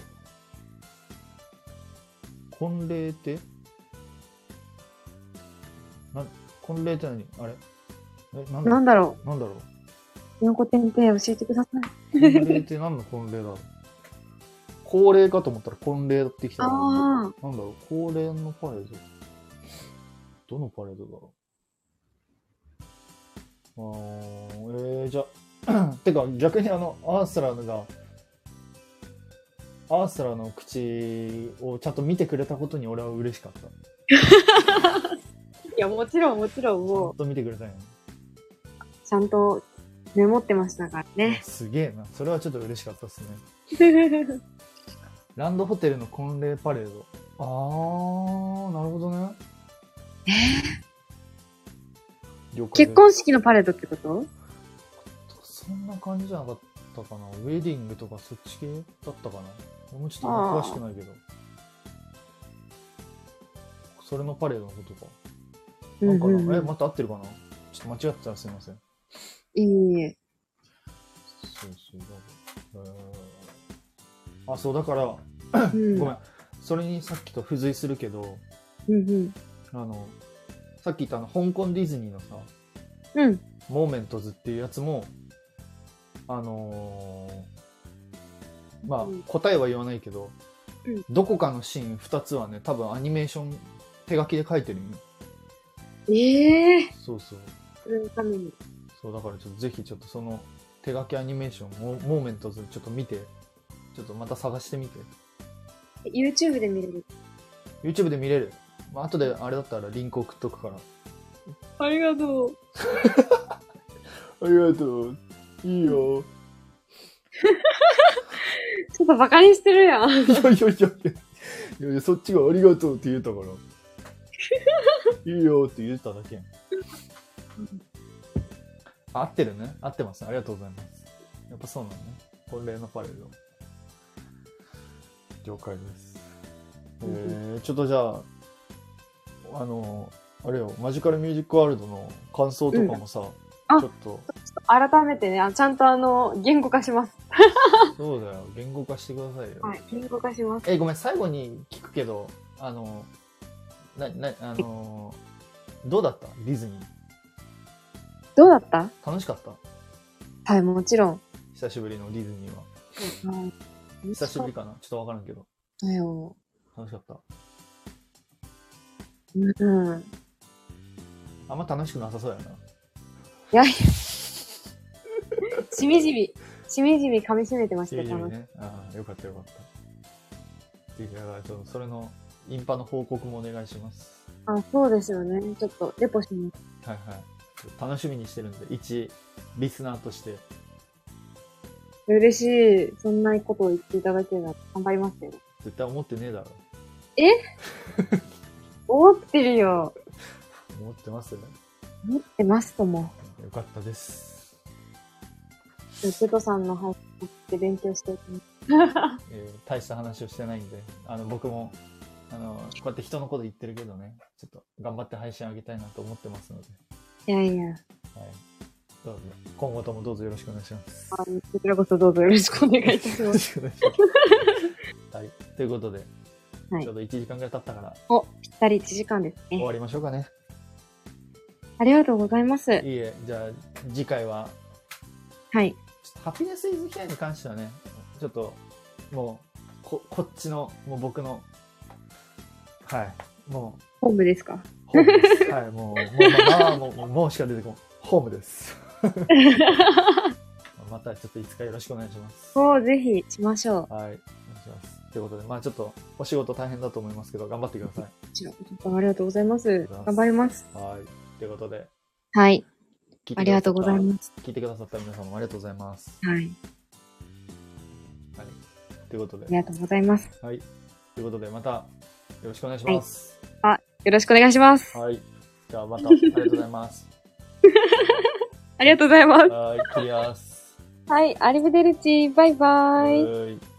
S1: 婚礼ってな、婚礼って何あれえ、なんだ
S2: なんだろ
S1: なんだろう
S2: う。横点々教えてください。
S1: 婚礼って何の婚礼だろう 高齢かと思ったら婚礼ってきたからなん
S2: ああ、
S1: だろう高齢のパレードどのパレードだろうあーえー、じゃ あてか逆にあのアースラがアースラの口をちゃんと見てくれたことに俺は嬉しかったち
S2: いや、もちろん、もちろん、
S1: ゃ
S2: も
S1: んと見てくれたんや
S2: う、ちゃんとメモってましたから ね。
S1: すげえなそれはちょっと嬉しかったですねランドホテルの婚礼パレード。あー、なるほどね。了解で
S2: 結婚式のパレードってこと
S1: そんな感じじゃなかったかな。ウェディングとかそっち系だったかな。俺もちょっと詳しくないけど。それのパレードのことか。なんかな、
S2: うんうん
S1: え、また合ってるかなちょっと間違ってたらすいません。
S2: いいえ。
S1: そうそうだから、えーあ、そう、だから、
S2: うん
S1: ごめん。それにさっきと付随するけど、
S2: うんうん。
S1: あの、さっき言ったあの、香港ディズニーのさ、
S2: うん。
S1: モーメントズっていうやつも、あのーまあ
S2: うん、
S1: 答えは言わないけど、
S2: うん
S1: どこかのシーン2つはね、多分アニメーション手書きで書いてるんよ。
S2: ええ
S1: そうそう。
S2: それのために。
S1: そう、だからちょっとぜひちょっとその手書きアニメーション、モモーメントズちょっと見て、ちょっとまた探してみて。
S2: YouTube で見れる。
S1: YouTube で見れる。まあ、後であれだったらリンク送っとくから。
S2: ありがとう。
S1: ありがとう。いいよ。
S2: ちょっとバカにしてるやん。
S1: いやいやいやいやいやいや、そっちがありがとうって言った から。いいよって言っただけやん。合ってるね。合ってます。ありがとうございます。やっぱそうなのね。婚礼のパレード。了解です。えー、ちょっとじゃあ、あの、あれよ、マジカルミュージックワールドの感想とかもさ、
S2: あ
S1: ちょっと、
S2: と改めてね、あちゃんとあの、言語化します。
S1: そうだよ。言語化してくださいよ。
S2: はい、言語化します。
S1: え、ごめん、最後に聞くけど、あの、な、な、あの、どうだったディズニー。
S2: どうだった
S1: 楽しかった
S2: はい、もちろん。
S1: 久しぶりのディズニーは。
S2: はい
S1: 久しぶりかなちょっとわからんけど。
S2: だよ。
S1: 楽しかった。
S2: うん。
S1: あんま楽しくなさそうやな。
S2: いやいや。しみじみ、しみじみ噛み締めてました
S1: し
S2: よ、楽し
S1: ね。ああ、よかったよかった。いや、ちょっとそれの、インパの報告もお願いします。
S2: あ、そうですよね。ちょっと、レポしに。
S1: はいはい。楽しみにしてるんで、一、リスナーとして。
S2: 嬉しい。そんなことを言っていただければ頑張りますよ。
S1: 絶対思ってねえだろ。
S2: 思ってるよ。
S1: 思ってますよね。
S2: 思ってますとも。
S1: よかったです。
S2: ペトさんの配信で勉強してる。
S1: えー大した話をしてないんで、あの、僕も、あの、こうやって人のこと言ってるけどね、ちょっと頑張って配信あげたいなと思ってますので、
S2: いやいや。
S1: はい。どうぞ、今後ともどうぞよろしくお願いします。
S2: あのこちらこそどうぞよろしくお願いいたし
S1: よろ
S2: ま す。
S1: しくお願いします。はい。ということで、
S2: はい
S1: ちょうど1時間ぐらい経ったから、
S2: お、ぴったり1時間です
S1: 終
S2: ね。
S1: わりましょうかね。
S2: ありがとうございます。
S1: いいえ、じゃあ、次回は、
S2: はい。
S1: ちょっとハピネスイズケアに関してはね、ちょっと、もう、こ、こっちの、もう僕の、はい、もう、
S2: ホームですか
S1: ホームです。はい、もう、もう、まあまあ、もう、もうもうしか出てこん。ホームです。またちょっといつかよろしくお願いします。
S2: そう、ぜひしまし
S1: は
S2: ょ
S1: い、お願いします。ということで、まあちょっと、お仕事大変だと思いますけど、頑張ってくださ
S2: う。こちらこそありがとうございます。頑張ります。
S1: い。はい。ということで、
S2: はい。
S1: 聞いてくださった
S2: ありがとうござい。ます。
S1: 聞いてくださった皆さんもありがとうございます。
S2: はい。
S1: はい。ということ
S2: あり
S1: で、
S2: がとうございます。
S1: はい。ということで、また、よろしくお願いします。
S2: よろしくお願いします。
S1: はい。じゃあ、また、ありがとうございます。
S2: ありがとうございます。
S1: はい、クリアース。
S2: はい。アリベデルチ。バイバイ。
S1: はい